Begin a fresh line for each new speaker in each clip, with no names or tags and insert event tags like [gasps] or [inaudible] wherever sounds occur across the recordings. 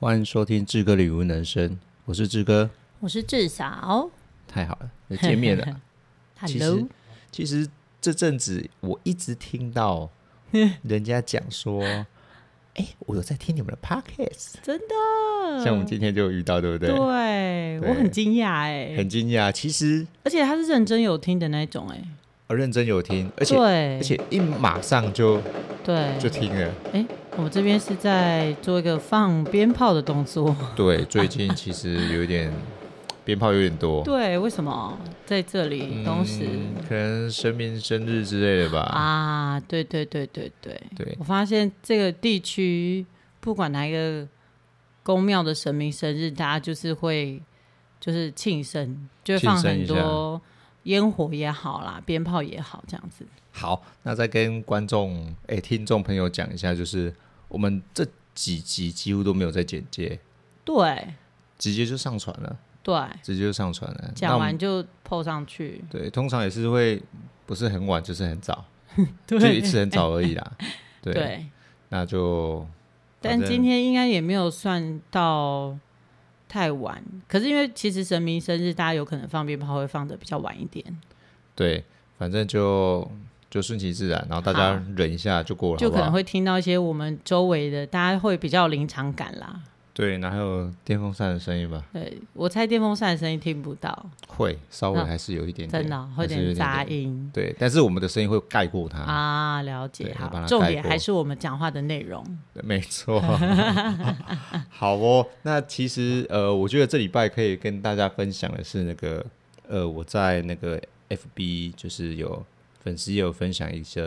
欢迎收听志哥的语文人生，我是志哥，
我是志嫂
太好了，又见面了。
[laughs]
其实
，Hello，
其实这阵子我一直听
[laughs]
到人家讲说，哎、我有在听你们的 podcast，
真的，嗯
像我们今天就有遇到，对不对？
对
对
我很惊讶哎，
很惊讶，其实
而且他是认真有听的那种哎，
我认真有听，而且
哦对，
而且一马上就
对，
就听了。
哎，我这边是在做一个放鞭炮的动作，
对，最近其实有点鞭炮有点多，
对，为什么在这里？当时
嗯可能生命生日之类的吧。
啊，对对对对对，
对
我发现这个地区不管哪一个宫庙的神明生日，大家就是会就是庆生，就会
庆
放
生
很
一下
多烟火也好啦，鞭炮也好，这样子。
好，那再跟观众、哎、听众朋友讲一下，就是我们这几集几乎都没有在剪接，
对
直接就上传了，
对，
直接就上传了。那
讲
我们
完就 PO 上去。
对，通常也是会不是很晚，就是很
[laughs]
早，
对
就一次很早而已
[laughs]
啦。对，
对，
那就反
但
正
今天应该也没有算到太晚。可是因为其实神明生日，大家有可能放鞭炮会放的比较晚一点，
对，反正就就顺其自然，然后大家
好
忍一下就过了，好
就
不
可
好
能会听到一些我们周围的，大家会比较有临场感啦。
对，然后还有电风扇的声音吧，
对，我猜电风扇的声音听不到，
会稍微
那
还是有一点点，
真的哦会
还
有
是有
点
一点
杂
点
音
对，但是我们的声音会盖过它。
啊。了解
对，要把
好，
它
重
盖
点
过
还是我们讲话的内容。
[laughs] 没错，好哦。那其实呃，我觉得这礼拜可以跟大家分享的是那个呃，我在那个 FB 就是有粉丝也有分享一些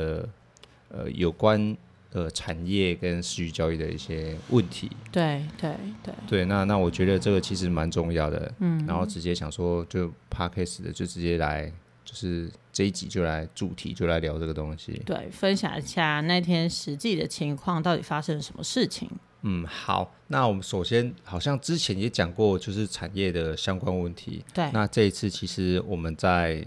呃有关呃产业跟市域交易的一些问题。
对对对，
对，那那我觉得这个其实蛮重要的。嗯，然后直接想说就 podcast 的就直接来，就是这一集就来主题就来聊这个东西。
对，分享一下那天实际的情况，到底发生了什么事情？
嗯，好，那我们首先好像之前也讲过，就是产业的相关问题。
对，
那这一次其实我们在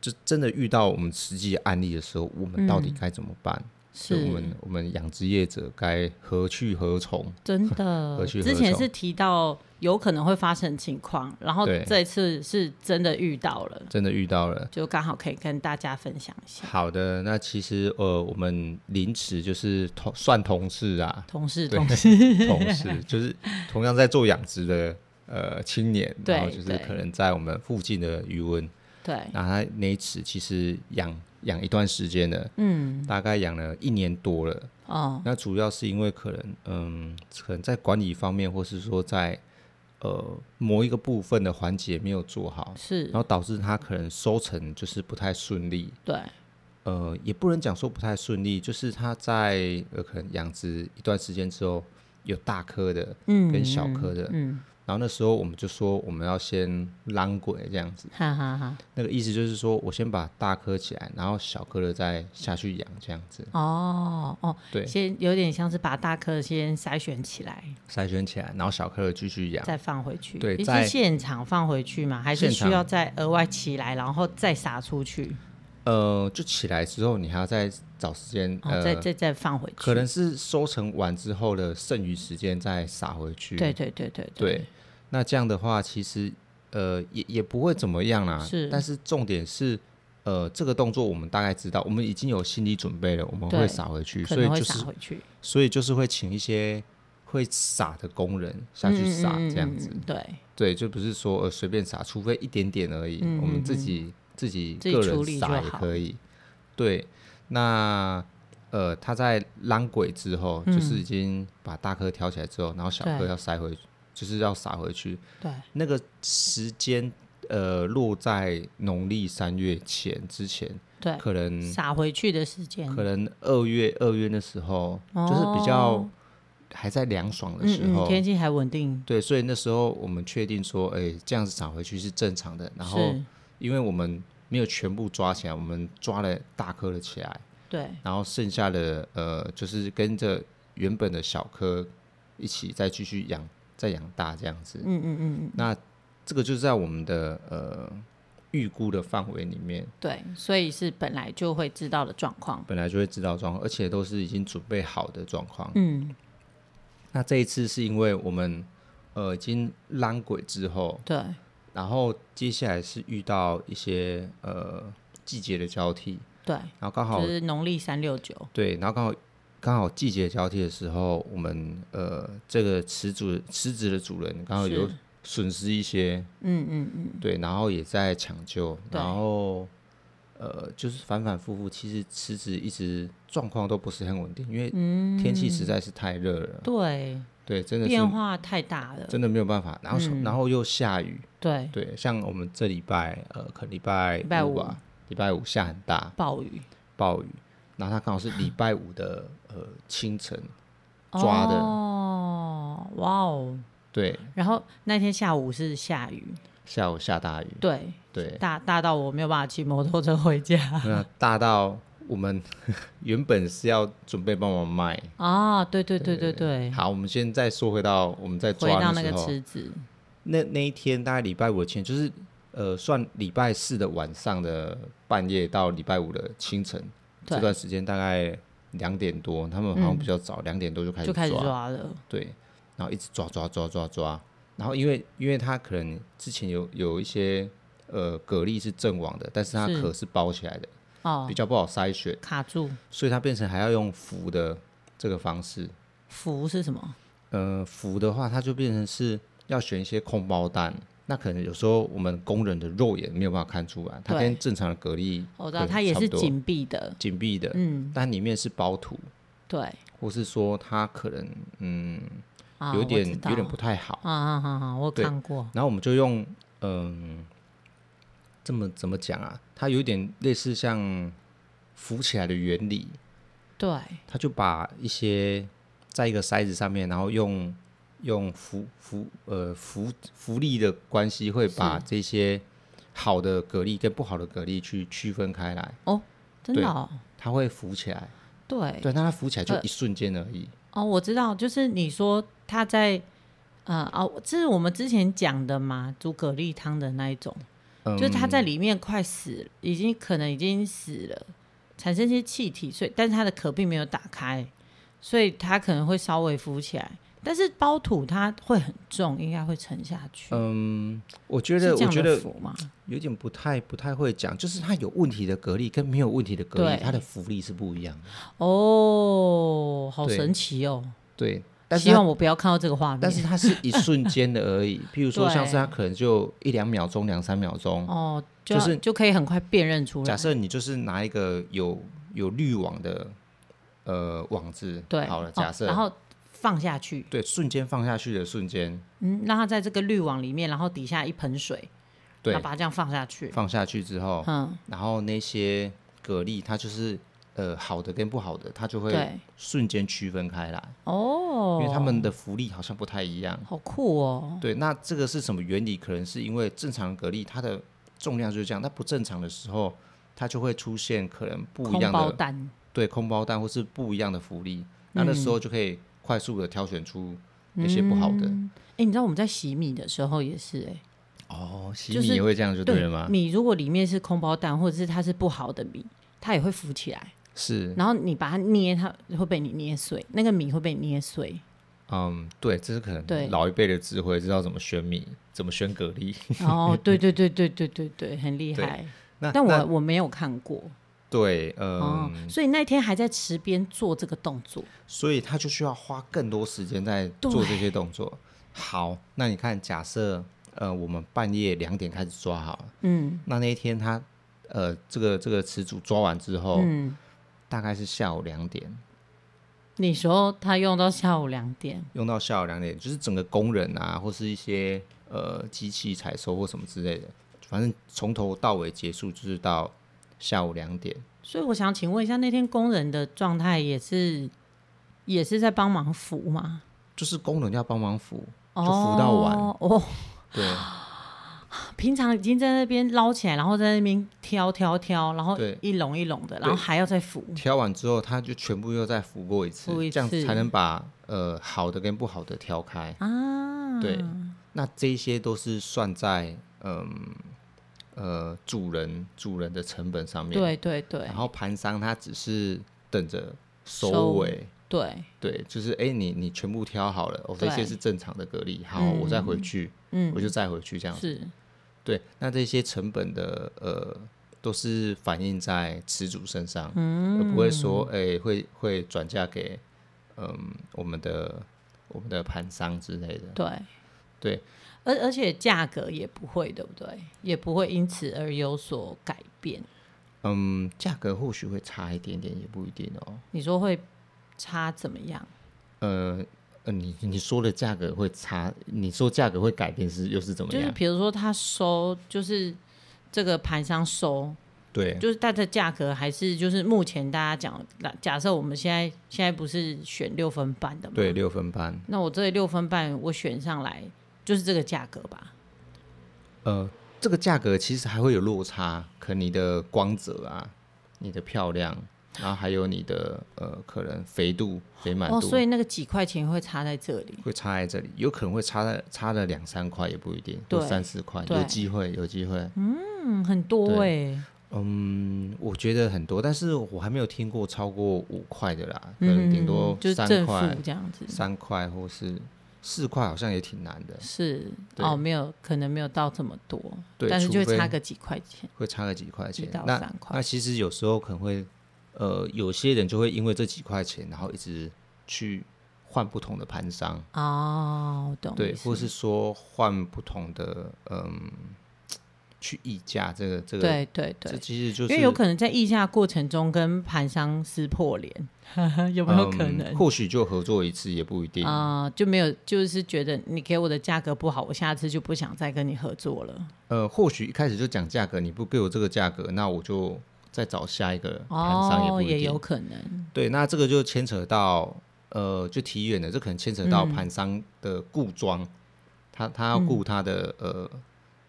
就真的遇到我们实际案例的时候，我们到底该怎么办？
嗯是
我们我们养殖业者该何去何从？
真
[laughs]
的。
何去
之
何
前
从
是提到有可能会发生的情况，然后
对
这一次是真的遇到了，
真的遇到了。
就刚好可以跟大家分享一下。
好的，那其实呃，我们临时就是同算同事啊，
[laughs] 同事，
对
同
[laughs]
事，
同事就是同样在做养殖的呃青年，
对
然后就是
对
可能在我们附近的渔温
对，
那他那一次其实养养一段时间了，
嗯，
大概养了一年多了。
哦，
那主要是因为可能，嗯，可能在管理方面，或是说在呃某一个部分的环节没有做好，
是
然，后导致他可能收成就是不太顺利。
对，
呃，也不能讲说不太顺利，就是他在呃可能养殖一段时间之后，有大颗的，
嗯，
跟小颗的，
嗯，
然后那时候我们就说我们要先浪滚这样子。
哈哈哈。
那个意思就是说，我先把大颗起来，然后小颗的再下去养，这样子
哦哦，
对
先有点像是把大颗先筛选起来，
筛选起来，然后小颗的继续养。
再放回去。
对
也
在
是现场放回去嘛，还是
现场
需要再额外起来，然后再撒出去，
呃，就起来之后，你还要再找时间，
哦，再
呃，
再再放回去。
可能是收成完之后的剩余时间再撒回去。
对对对对
对，那这样的话，其实呃也也不会怎么样啦。
是
但是重点是。呃，这个动作我们大概知道，我们已经有心理准备了，我们
对
会撒回去，
可
所以
能会
就
撒
是，
回去，
所以就是会请一些会撒的工人下去撒
嗯嗯嗯嗯
这样子。
嗯对，
对，就不是说呃随便撒，除非一点点而已，我们自己自己
嗯自己
个
处理
人
就
撒也
好
可以。对，那呃他在拉轨之后，就是已经把大颗挑起来之后，然后小颗
嗯对
要塞回，就是要撒回去。
对，
那个时间呃落在农历三月前之前，
对，
可能
撒回去的时间，
可能二月二月那时候，就是比较
哦
还在凉爽的
嗯
时候，
嗯，天气还稳定，
对，所以那时候我们确定说，哎、这样子撒回去是正常的。然后
是，
因为我们没有全部抓起来，我们抓了大颗的起来，
对，
然后剩下的呃，就是跟着原本的小颗一起再继续养，再养大这样子。
嗯嗯嗯嗯，
那这个就是在我们的呃预估的范围里面，
对，所以是本来就会知道的状况，
本来就会知道状况，而且都是已经准备好的状况。
嗯，
那这一次是因为我们呃已经拉轨之后，
对，
然后接下来是遇到一些呃季节的交替，
对，
然后刚好
就是农历三六九，
对，然后刚好刚好季节交替的时候，我们呃这个池主池子的主人刚好有
是
损失一些，
嗯嗯嗯，
对，然后也在抢救，
对
然后呃就是反反复复，其实池子一直状况都不是很稳定，因为天气实在是太热了，
对，
对，真的是
嗯变化太大了，
真的没有办法，然后、
嗯
然后又下雨，
对，
对，像我们这礼拜呃可能礼拜
礼拜五
吧，礼拜五下很大
暴雨
暴雨。然后它刚好是礼拜五的呃清晨，抓的
哦，哇哦，
对，
然后那天下午是下雨，
下午下大雨，
对，
对，
大大到我没有办法骑摩托车回家
那大到我们 [laughs] 原本是要准备帮忙卖。
啊，对对对对对，
好，我们现在说回到我们在
回
抓
到那
时
个
候，
池子，
那那一天大概礼拜五的前，就是呃算礼拜四的晚上的半夜到礼拜五的清晨
对
这段时间，大概两点多，他们好像比较早，两、点多就开始
嗯就开始
抓
抓了，
对，然后一直抓抓抓抓抓，然后因为因为他可能之前有有一些呃蛤蜊是阵亡的，但是它
是
壳是包起来的，
哦
比，较不好筛选，
卡住，
所以它变成还要用浮的这个方式。
浮是什么？
呃，浮的话，它就变成是要选一些空包蛋。那可能有时候我们工人的肉眼没有办法看出来，它
对
跟正常的蛤蜊
我
可
知道
能
它也
差
是
不多
紧闭的，
紧闭的，
嗯，
但里面是包土，
对，
或是说它可能嗯
啊，
有
我
点
知道
有点不太好。
啊啊啊啊！我
对
看过，
然后我们就用嗯，这么怎么讲啊？它有点类似像浮起来的原理，
对，
它就把一些在一个筛子上面，然后用用浮浮呃浮浮力的关系，会把这些好的蛤蜊跟不好的蛤蜊去区分开来，
真的哦，
它会浮起来。
对，呃
对，那它浮起来就一瞬间而已。
哦，我知道，就是你说他在，呃，哦，这是我们之前讲的嘛，煮蛤蜊汤的那一种，
嗯，
就是他在里面快死了，已经可能已经死了，产生一些气体，所以但是它的壳并没有打开，所以它可能会稍微浮起来，但是包土它会很重，应该会沉下去。
嗯，我觉
是
得
这
我
样
觉
的
得
浮嘛，
有点不太不太会讲，就是它有问题的蛤蜊跟没有问题的蛤
对
蜊，它的浮力是不一样的。
哦，好
对
神奇哦！
对，但是
希
它
望我不要看到这个画面。
但是它是一瞬间的而
[laughs]
已。譬如说，
对
像是它可能就一两秒钟、两三秒钟。
哦，就
就
要
是
就可以很快辨认出来。
假设你就是拿一个有有滤网的呃网子，
对，
好了，
哦
假设、
然后放下去，
对瞬间放下去的瞬间，
嗯，让它在这个滤网里面，然后底下一盆水，
对
然后，把它这样放下去，
放下去之后，
嗯，
然后那些蛤蜊它就是呃好的跟不好的，它就会
对，
瞬间区分开来，
哦，
因为它们的浮力好像不太一样。
好酷哦，
对，那这个是什么原理？可能是因为正常蛤蜊它的重量就是这样，它不正常的时候，它就会出现可能不一
空
样
包
的
蛋，
对空包蛋或是不一样的浮力，那那
嗯
时候就可以快速的挑选出那些不好的。
哎，你知道我们在洗米的时候也是，哎，
哦，洗
就是
米也会这样就对了吗？
米如果里面是空包蛋，或者是它是不好的米，它也会浮起来，
是，
然后你把它捏，它会被你捏碎，那个米会被
[laughs]
捏碎，
嗯，对，这是可
对
能老一辈的智慧，知道怎么选米，怎么选蛤蜊。 [laughs]
哦，对对对对对对对，很厉
对
害，
那
但
那
我我没有看过，
对，嗯，
哦，所以那天还在池边做这个动作，
所以他就需要花更多时间在做这些动作。好，那你看，假设呃，我们半夜两点开始抓好了，
嗯
那那一天他呃，这个这个池主抓完之后，
嗯，
大概是下午两点，
你说他用到下午两点，
用到下午两点，就是整个工人啊，或是一些呃机器采收或什么之类的，反正从头到尾结束就是到下午两点。
所以我想请问一下，那天工人的状态也是也是在帮忙扶吗？
就是工人要帮忙扶，
哦，
就扶到晚
哦，
对
[gasps] 平常已经在那边捞起来，然后在那边挑挑挑，然后
对
一笼一笼的，然后还要再扶。
挑完之后，他就全部又再浮过一次，
浮一次
这样才能把呃好的跟不好的挑开啊。对，那这些都是算在嗯呃主人主人的成本上面。，
对对对
然，后盘商他只是等着
收
收尾，
对，
对，就是哎、你你全部挑好了，哦，这
对
些是正常的隔离，好，
嗯
我再回去，
嗯
我，就嗯再回去这样子。
是，
对，那这些成本的呃，都是反映在持主身上，嗯、而不会说哎、会会转嫁给嗯我们的我们的盘商之类的。
对，
对，
而而且价格也不会，对不对？也不会因此而有所改变。
嗯，价格或许会差一点点，也不一定哦。
你说会差怎么样？
呃呃，你你说的价格会差，你说价格会改变是又是怎么
就是
样？
比如说他收，就是这个盘商收，
对
就是它的价格还是就是目前大家讲的，假设我们现在现在不是选六分半的吗？
对，，六分班，
那我这六分半我选上来就是这个价格吧？
呃，这个价格其实还会有落差，可能你的光泽啊，你的漂亮，然后还有你的呃，可能肥度、肥满
哦，
度，
所以那个几块钱会差在这里。
会差在这里，有可能会差在差了两三块也不一定，或
对
三四块，
对
有机会，有机会。
嗯，很多哎、
嗯，我觉得很多，但是我还没有听过超过五块的啦，可能顶多
嗯就是
三
正
块
负、这样子。
三块或是四块，好像也挺难的，
是
对
哦，没有，可能没有到这么多，
对
但是就
除非
会差个几块钱，
会差个几块钱
一。到
那
三块
那。其实有时候可能会，呃，有些人就会因为这几块钱，然后一直去换不同的盘商，
哦，我懂你
对，
意思。
或是说换不同的，嗯，去议价这个这个，
对对
这
对，
其实就是
因为有可能在议价过程中跟盘商撕破脸， [laughs] 有没有可
嗯
能？
或许就合作一次也不一定。
啊、就没有，就是觉得你给我的价格不好，我下次就不想再跟你合作了。
呃，或许一开始就讲价格，你不给我这个价格，那我就再找下一个盘商也
哦，
不一
也
定。
有可能，
对，那这个就牵扯到呃，就提远了，这可能牵扯到
嗯
盘商的固庄，他他要顾他的、呃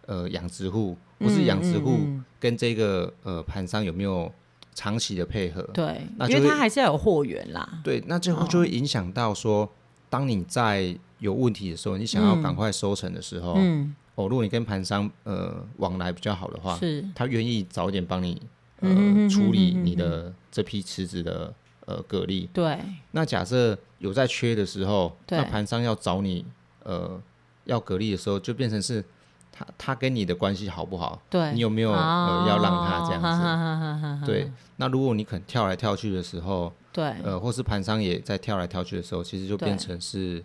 呃养殖户，或是养殖户
嗯嗯
跟这个呃盘商有没有长期的配合？
对，
那
因
就
为
会
他还是要有货源啦。
对，那最后就会影响到说，当你在有问题的时候，你想要赶快收成的时候，
嗯，
哦，如果你跟盘商呃往来比较好的话，
是
他愿意早一点帮你呃、
嗯哼哼哼
处理
哼
你的这批池子的呃蛤蜊。
对，
那假设有在缺的时候，
对
那盘商要找你呃要蛤蜊的时候，就变成是他他跟你的关系好不好？
对
你有没有、
哦
呃要让他这样子？
哈哈哈哈哈哈
对，那如果你肯跳来跳去的时候，
对，
呃，或是盘商也在跳来跳去的时候，其实就
对
变成是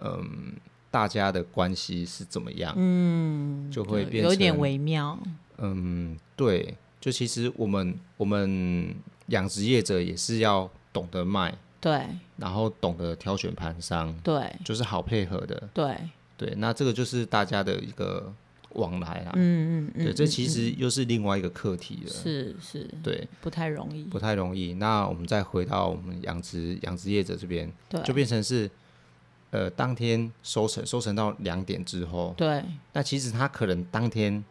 嗯大家的关系是怎么样？
嗯，
就会
有
变
有一点
成
微妙，
嗯，对，就其实我们我们养殖业者也是要懂得卖，
对
然后懂得挑选盘商，
对
就是好配合的。
对，
对，那这个就是大家的一个往来啦。
嗯嗯嗯，
对，这
嗯
其实又是另外一个课题了。
是是
对，
不太容易，
不太容易。那我们再回到我们养殖养殖业者这边，
对
就变成是，呃，当天收成，收成到两点之后，
对
那其实他可能当天，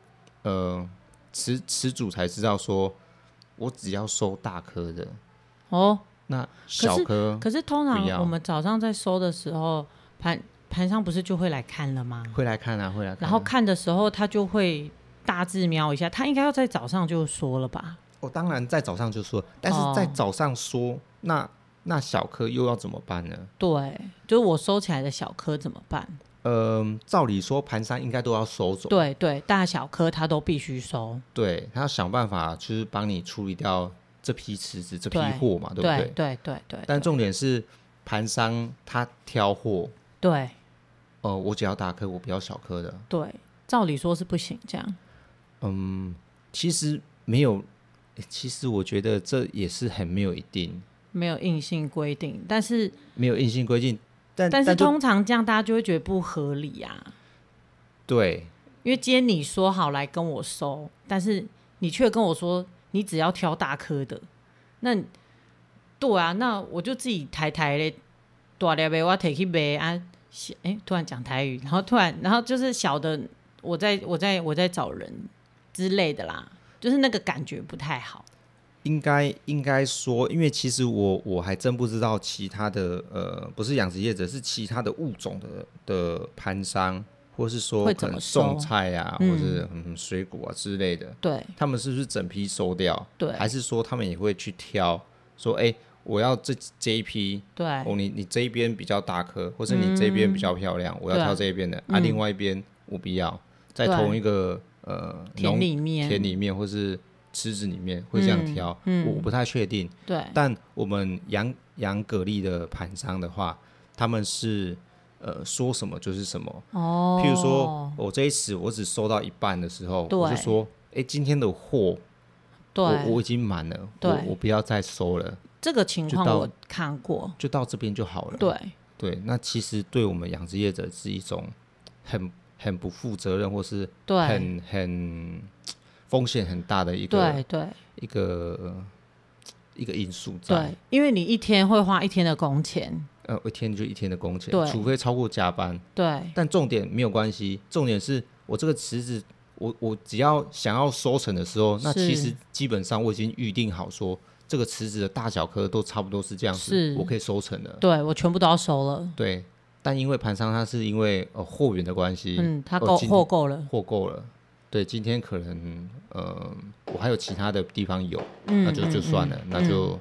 呃，池池主才知道说，我只要收大颗的，
哦。
那小颗
可是通
不要
常我们早上在收的时候，盘盘上不是就会来看了吗？
会来看啊，会来看啊、
然后看的时候，他就会大致瞄一下，他应该要在早上就说了吧？
我、哦当然在早上就说，但是在
哦
早上说，那那小颗又要怎么办呢？
对，就是我收起来的小颗怎么办？
嗯、照理说盘商应该都要收走，
对对，大小颗他都必须收。
对他要想办法就是帮你处理掉这批池子、这批
对
货嘛，对不
对对对对
但重点是盘商他挑货，
对
呃，我只要大颗，我不要小颗的。
对，照理说是不行这样。
嗯，其实没有，诶其实我觉得这也是很没有一定，
没有硬性规定，但是
没有硬性规定，但
但是
就
通常这样大家就会觉得不合理啊，
对
因为今天你说好来跟我收，但是你却跟我说你只要挑大颗的，那对啊，那我就自己抬抬嘞，大了呗，我抬去呗啊，小哎、突然讲台语，然后突然然后就是小的，我在我在我在找人之类的啦，就是那个感觉不太好，
应该应该说，因为其实我我还真不知道其他的呃，不是养殖业者，是其他的物种的的盘商，或是说
会
可
怎
能
么
种
收
菜啊，
嗯
或是嗯水果啊之类的，
对
他们是不是整批收掉？
对
还是说他们也会去挑，说哎、诶我要这这一批，
对，嗯
哦，你你这一边比较大颗，或是你这边比较漂亮，我要
对嗯
挑这一边的，啊，另外一边我不要，在
对
同一个呃
田
农
里面，
田里面或是池子里面会这样
嗯
挑，我我不太确定。
对，
但我们养养蛤蜊的盘商的话，他们是呃说什么就是什么。
哦，
譬如说，我这一次我只收到一半的时候，
对
我就说，哎，今天的货
对，
我我已经满了，
对
我我不要再收了，
这个情况
就到
我看过，
就到这边就好了。
对，
对，那其实对我们养殖业者是一种很很不负责任，或是
对，
很很风险很大的一个
对，对，
一个呃一个因素在
对。，因为你一天会花一天的工钱，
呃，一天就一天的工钱
对，
除非超过加班，
对，
但重点没有关系，重点是我这个池子，我我只要想要收成的时候，那
是
其实基本上我已经预定好说，这个池子的大小颗都差不多是这样
是
子，我可以收成的。
对我全部都要收了，
对，但因为盘商他是因为呃货源的关系，
嗯，他
哦
够
今
货够了，
货够了。对，今天可能呃，我还有其他的地方有，
嗯，
那就
嗯
就算了，
嗯
那就、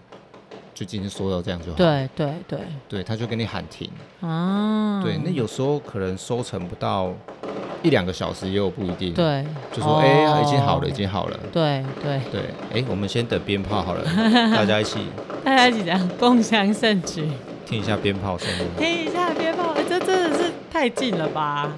就今天收到这样就好。，
对对对，
对，他就跟你喊停。
啊，
对，那有时候可能收成不到一两个小时也有不一定，
对，
就说哎、
哦
已经好了，已经好了。
对对，
对，哎、我们先等鞭炮好
[laughs]
了，大家一起
大家一起讲共襄盛举，
听一下鞭炮声音，
听一下别炮，哎这真的是太近了吧？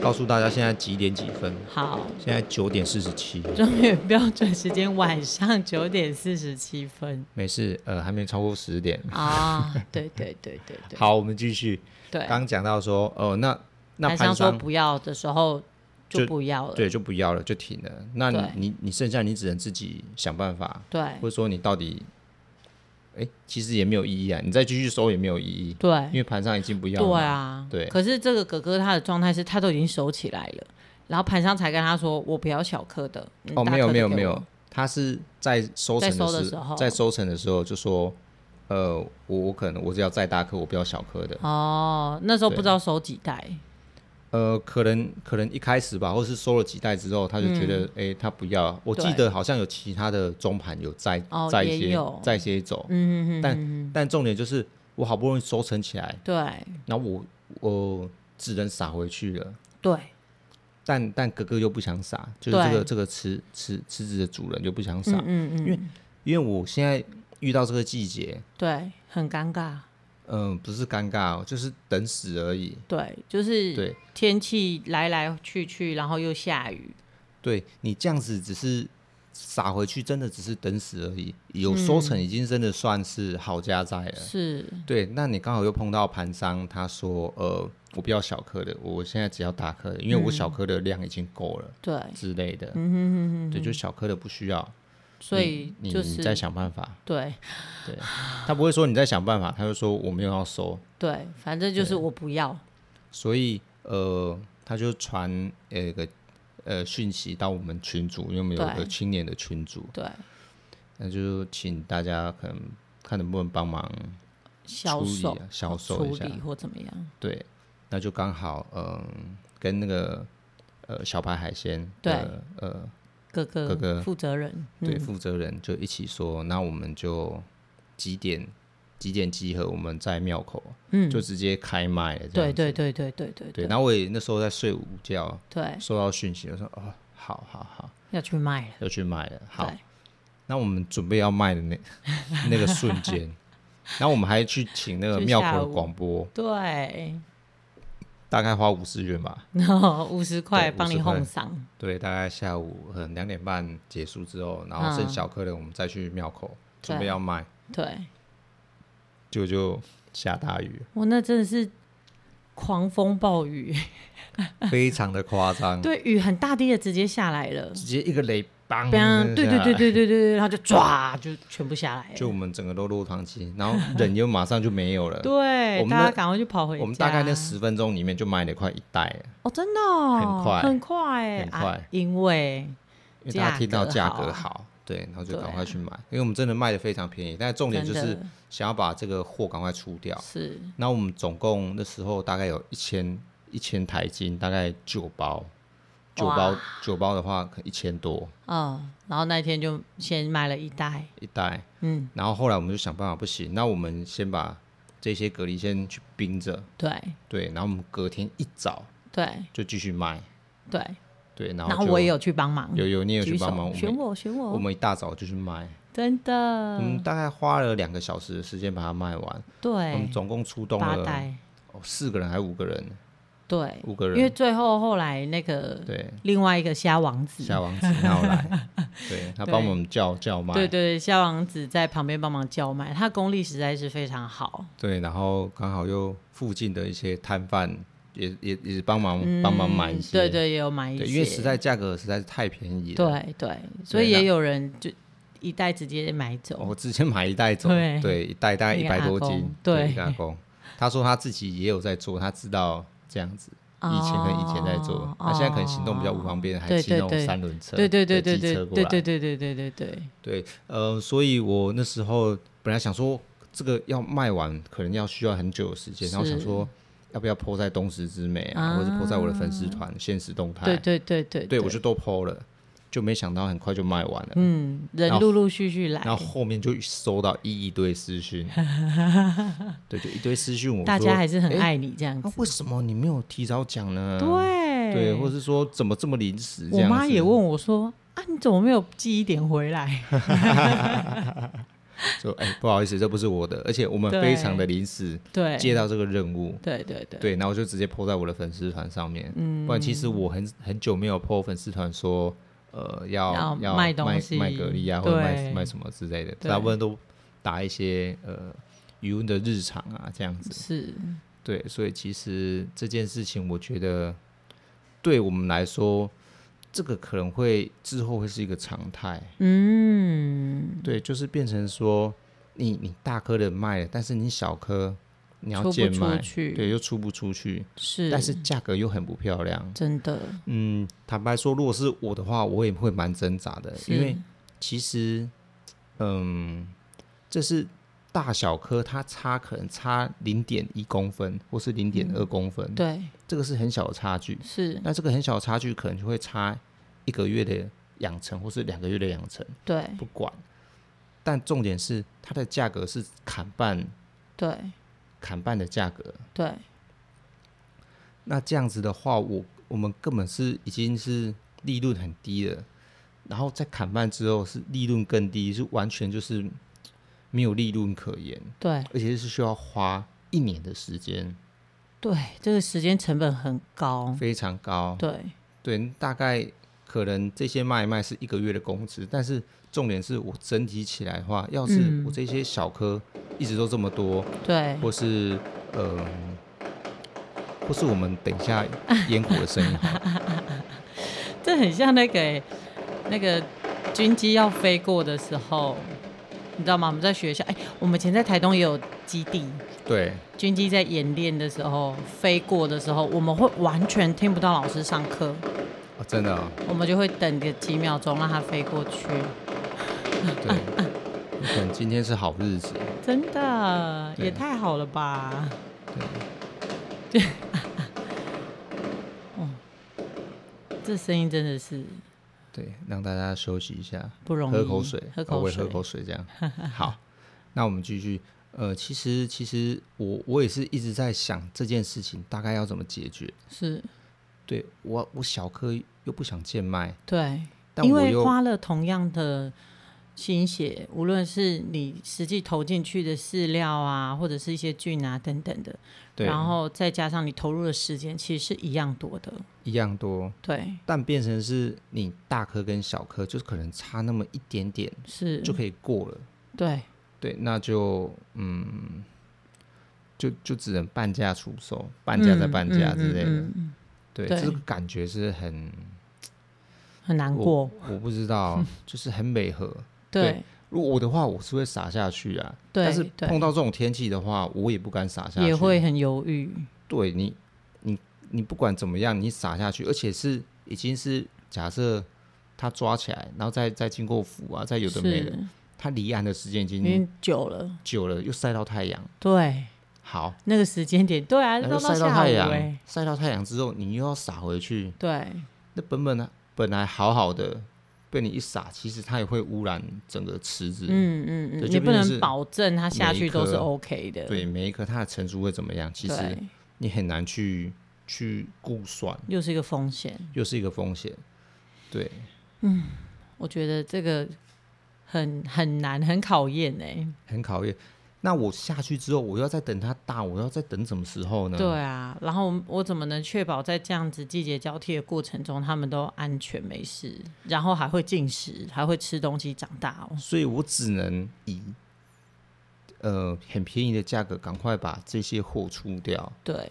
告诉大家现在几点几分？
好，
现在九点四十七，
中原标准时间晚上九点四十七分
没事，呃，还没超过十点。 [laughs]
啊，对对对对对，
好，我们继续。
对，
刚讲到说，哦，那那
台
盘
商说
商
不要的时候就
就
不要了，
对就不要了，就停了。那你
对
你你剩下你只能自己想办法，
对
或者说你到底，哎，其实也没有意义啊，你再继续收也没有意义，因
对
为盘上已经不要了。
对，啊，
对
可是这个哥哥他的状态是他都已经收起来了，然后盘商才跟他说我不要小颗的，你
哦，
大
没有
颗的
没有
给我
没有，，他是在收
在
成
收的
的
时候
在收成的时候就说，呃，我我可能我只要再大颗，我不要小颗的。
哦，那时候
对
不知道收几袋，
呃，可能可能一开始吧，或是收了几袋之后，他就觉得，哎、他不要。我
嗯对
记得好像有其他的中盘有再
哦
再
也
一些
有
再一些走，
嗯嗯嗯，
但但重点就是我好不容易收成起来，
对
然后我我只能撒回去了。
对
但但哥哥又不想撒，就是
对
这个这个池池池子的主人就不想撒，
嗯嗯嗯，
因为因为我现在遇到这个季节，
对，很尴尬，
嗯、不是尴尬、哦，就是等死而已。
对，就是
对
天气来来去去，然后又下雨，
对，你这样子只是撒回去，真的只是等死而已。有收成已经真的算是好家在了。
嗯是
对，那你刚好又碰到盘商，他说呃，我不要小颗的，我现在只要大颗的，因为我小颗的量已经够了、
嗯对，
之类的。
嗯哼哼哼，
对，就小颗的不需要，
所以
你
就
你你再
是
想办法。
对。
对，他不会说你在想办法，他就说我没有要收，
对，反正就是我不要。
所以呃，他就传呃一个呃讯息到我们群组，因为我们有一
对
个青年的群组，
对，
那就请大家可能看能不能帮忙
销
处理、
售
啊、销售一
哦处
下。
理或怎么样？
对，那就刚好嗯、跟那个呃小白海鲜
对
的呃
哥哥，
哥哥
负责人，
对
嗯，
负责人就一起说，那我们就几点几点集合？我们在庙口、
嗯
就直接开麦了。这
对
样
对
子
对对对对
对，
对
然后我也那时候在睡午觉，
对，
收到讯息，我说哦，好好好，
要去卖了。
要去卖了。好
对，，
那我们准备要卖的
[laughs]
那那个瞬间，然后我们还去请那个
去
庙
下
口的
午
广播，
对，
大概花五十元吧。
然后五十块
50
帮你
块
哄上，
对，大概下午嗯两点半结束之后，然后
嗯
剩小客人我们再去庙口准备
对
要卖，
对
结果就下大雨，
[laughs] 我那真的是狂风暴雨，
嗯非常的夸张，
[laughs] 对，雨很大滴的直接下来了，
直接一个雷棒，
砰，对对啊对，对对对对，然后就唰就全部下来
就
了，
我们整个都落汤鸡，然后人又马上就没有了。
对，
我们
大家
那
赶快就跑回家。
我们大概那十分钟里面就卖了快一袋了，
哦，真的哦
很快
很快欸，
很
啊
快
因为
因为大家听到价
价格
格
好啊
好，对，然后就
对
赶快去买，因为我们真的卖的非常便宜，但重点就
真
是
的
想要把这个货赶快出掉。
是
那我们总共那时候大概有一千一千台斤，大概九包，九包九包的话，可一千多
嗯，然后那一天就先买了一袋，
一袋。
嗯，
然后后来我们就想办法，不行，那我们先把这些蛤蜊先去冰着，
对
对，然后我们隔天一早
对
就继续卖，
对，
对，然后
然后
就
我也有去帮忙，
有有你也有
举
去
手
帮忙，我
选
们
我选
我
我，
们一大早就去卖，
真的，
嗯，大概花了两个小时的时间把它卖完，我
对
们，总共出动
八
了
袋，
哦四个人还五个人，
对，
五个
因为
人，
最后后来那个
对，
另外一个虾王子，
夏王子闹
[laughs]
来，对他帮我们叫叫卖，
对对对，虾王子在旁边帮忙叫卖，他功力实在是非常好，
对，然后刚好又附近的一些摊贩也也也帮忙帮忙买一
嗯
些，
对对，也有买一些，
对，因为实在价格实在是太便宜了。
对对，所以
对
也
那
有人就一袋直接买走，
哦我之前买一袋走，
对
对，一袋大概
那
一
个
百多
阿公
斤，
对
一个阿公，他说他自己也有在做，他知道这样子，以前跟以前在做
哦，
那现在可能行动比较不方便，还
对
骑那种
哦对对
三轮车，
对对对对
机
对
车过
对
来，
对对对对对对，
对，呃，所以我那时候本来想说这个要卖完，可能要需要很久的时间，然后想
是
说要不要 PO 在东石之美啊，或者 PO 在我的粉丝团、现实动态，
对对对对
哎对我就都 PO 了，就没想到很快就卖完了。
嗯，人
然后
陆陆续续来
然，后后面就收到一一堆私
[laughs]
讯，对，就一堆私讯。我说
大家还是很
诶
爱你这样
那、
子，
为什么你没有提早讲呢？
对
对，或是说怎么这么临时这
我
样子？
妈也问我说。啊，你怎么没有寄一点回来？
说，哎、不好意思，这不是我的，而且我们
对
非常的临时 [laughs]
对，
接到这个任务，
对对对，
对，然后我就直接 PO 在我的粉丝团上面。嗯，不然其实我很很久没有 PO 粉丝团说，呃，要
要
要
卖
卖
东西
卖蛤蜊啊，或者卖
对
卖什么之类的，
对
大部分都打一些呃渔翁的日常啊这样子。
是，
对，所以其实这件事情，我觉得对我们来说，这个可能会之后会是一个常态。
嗯，
对，就是变成说，你你大颗的卖了，但是你小颗你要
出不
贱
出
卖，
去？
对，又出不出去，
是，
但是价格又很不漂亮。
真的，
嗯，坦白说，如果是我的话，我也会蛮挣扎的，因为
是
其实，嗯，这是大小颗，它差可能差零点一公分或是零点
嗯
二公分，
对，
这个是很小的差距。
是，
那这个很小的差距，可能就会差一个月的养成或是两个月的养成，
对
不管。但重点是它的价格是砍半，
对
砍半的价格。
对，
那这样子的话，我我们根本是已经是利润很低了，然后在砍半之后是利润更低，是完全就是没有利润可言，
对
而且是需要花一年的时间，
对，这个时间成本很高，
非常高。
对
对，大概可能这些卖一卖是一个月的工资，但是重点是我整体起来的话，要是
嗯
我这些小科一直都这么多，
对
或是呃，或是我们等一下烟火的声音好了，
这很像那个欸那个军机要飞过的时候，你知道吗？我们在学校，哎、我们以前在台东也有基地，
[laughs] 对
军机在演练的时候飞过的时候，我们会完全听不到老师上课，
哦，真的、哦，
我们就会等个几秒钟让它飞过去，
对，可能今天是好日子，
真的
对
也太好了吧？
对，
这声音真的是
对，让大家休息一下，
不容易，
喝口水，
喝
哦
口
我也
水，
喝口水，
[laughs]
这样好。那我们继续。呃，其实其实我我也是一直在想这件事情大概要怎么解决。
是
对我我小颗又不想贱卖，
对。
但
因
我
为
又
花了同样的心血，无论是你实际投进去的饲料啊，或者是一些菌啊等等的，
对
然后再加上你投入的时间，其实是一样多的。
一样多，
对，
但变成是你大颗跟小颗，就是可能差那么一点点
是，
就可以过了。
对，
对，那就嗯，就就只能半价出售，半价再半价之类的。
嗯嗯嗯嗯嗯
对，
对
这个感觉是很
很难过。
我不知
[laughs]
道，就是很美和。
对
如果我的话，我是会撒下去啊。
对
但是
对
碰到这种天气的话，我也不敢撒下去。
也会很犹豫。
对你，你你不管怎么样，你撒下去，而且是已经是假设他抓起来，然后再再经过腐啊，再有的没
是
的，，他离岸的时间已
已
经
经久了。
久了，又晒到太阳。
对，
好，
那个时间点，对啊，
然后
都
晒
到
到
下
太
午
阳
哎，
晒到太阳之后，你又要撒回去，
对，
那本本本来好好的，被你一撒，其实它也会污染整个池子。
嗯嗯嗯，
对
你
就
不
变成
能
是
保证它下
每一
去都是
颗
OK 的。
对，每一颗它的成熟会怎么样，其实
对
你很难去去估算，
又是一个风险。
又是一个风险。对，
我觉得这个很很难，很考验哎、
很考验。那我下去之后，我要再等它大，我要再等什么时候呢？
对啊，然后我我怎么能确保在这样子季节交替的过程中，他们都安全没事，然后还会进食，还会吃东西长大哦？
所以我只能以呃很便宜的价格，赶快把这些货出掉，
对，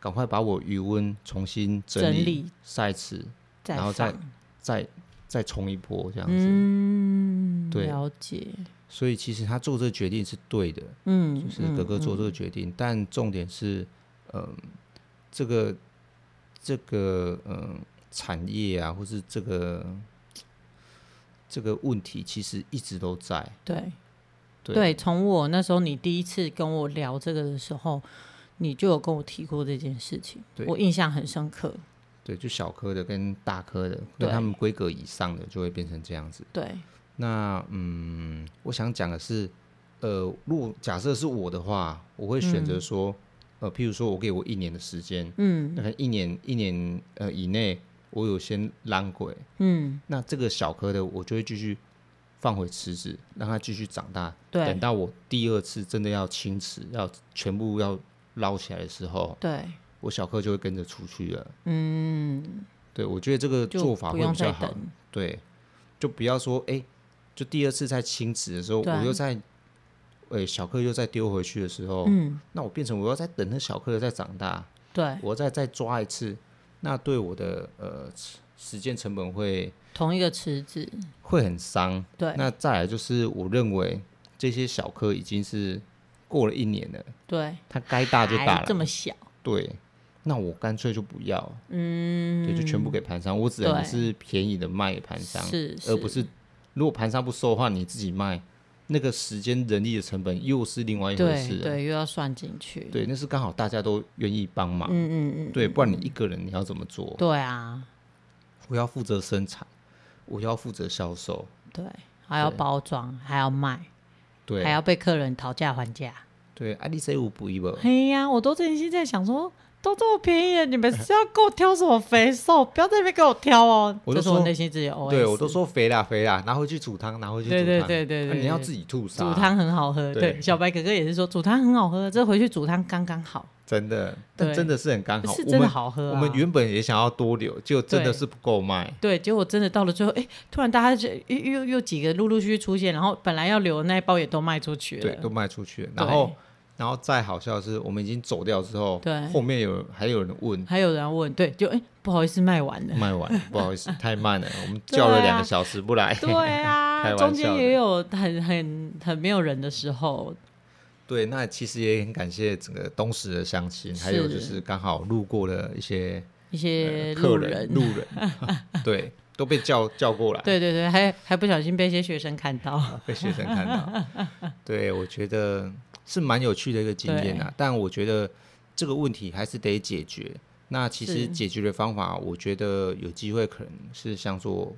赶快把我余温重新整
整
理
理
晒池，
再
然后再
放
再再冲一波这样子。
嗯，
对
了解，
所以其实他做这个决定是对的，
嗯，
就是哥哥做这个决定，但重点是，嗯、这个这个嗯、产业啊，或是这个这个问题，其实一直都在。
对
对，
从我那时候你第一次跟我聊这个的时候，你就有跟我提过这件事情，
对
我印象很深刻。
对，就小颗的跟大颗的，
对
跟他们规格以上的就会变成这样子。
对，
那嗯，我想讲的是，呃，如果假设是我的话，我会选择说，呃，譬如说我给我一年的时间，
嗯
那可能一年一年呃以内，我有先浪鬼，
嗯，
那这个小颗的我就会继续放回池子，让它继续长大。
对
等到我第二次真的要清池，要全部要捞起来的时候，
对，
我小颗就会跟着出去了。
嗯，
对，我觉得这个
就
做法
不
会
用
比较
再
好。
等，
对，就不要说哎、诶就第二次在清池的时候，
对啊
我又在。哎、小颗又再丢回去的时候，
嗯，
那我变成我要再等那小颗的再长大，
对，
我再再抓一次，那对我的呃时时间成本会
同一个池子，
会很伤。
对
那再来就是，我认为这些小颗已经是过了一年了，
对，
它该大就大
还这
了。
么小，
对，那我干脆就不要，
嗯，
对，就全部给盘商。我只
对
能是便宜的卖给盘商，
是，
而不是如果盘商不收的话，你自己卖，那个时间人力的成本又是另外一回事
对
了。
对，又要算进去，
对，那是刚好大家都愿意帮忙。
嗯嗯嗯，
对，不然你一个人你要怎么做？
对啊，
我要负责生产，我要负责销售，
对，还要
对
包装，还要卖，
对，
还要被客人讨价还价。
对，啊，你这有不一不？
嘿呀，我都真心在想说，都这么便宜了，你们是要给我挑什么肥瘦？不要在那边给我挑哦。
我
这
就是
我
说
内心自己的 OS。
对我都说肥啦肥啦，拿回去煮汤，拿回去煮
哦对
汤，
对对对
啊
对
你要
对
自己吐沙，
煮汤很好喝，
对
对，小白哥哥也是说煮汤很好喝，这回去煮汤刚刚好，
真的，但
对
真的是很刚好，
是
我
真的
们
好喝啊。
我们原本也想要多留，就真的
对
是不够卖，
对，结果真的到了最后，哎，突然大家就又又又几个陆陆续续出现，然后本来要留的那一包也都卖出去
对，
了，
都卖出去了，然后。然后再好笑的是，我们已经走掉之后，
对
后面有还有人问
还有人问，对，就哎不好意思卖完了。
卖完，不
[laughs]
好意思，太慢了，我们
对
叫了
啊
两个小时不来。
对啊，
开玩
中间
笑的
也有很很很没有人的时候，
[laughs] 对，那其实也很感谢整个东石的乡亲，还有
是
就是刚好路过的一些
一
呃
些
客
路
人、路人， [laughs] 对，都被叫叫过来，
[laughs] 对对对，还还不小心被一些学生看到。
被学生看到。
[laughs]
对，我觉得是蛮有趣的一个经验啊，但我觉得这个问题还是得解决。那其实
是
解决的方法，我觉得有机会可能是像做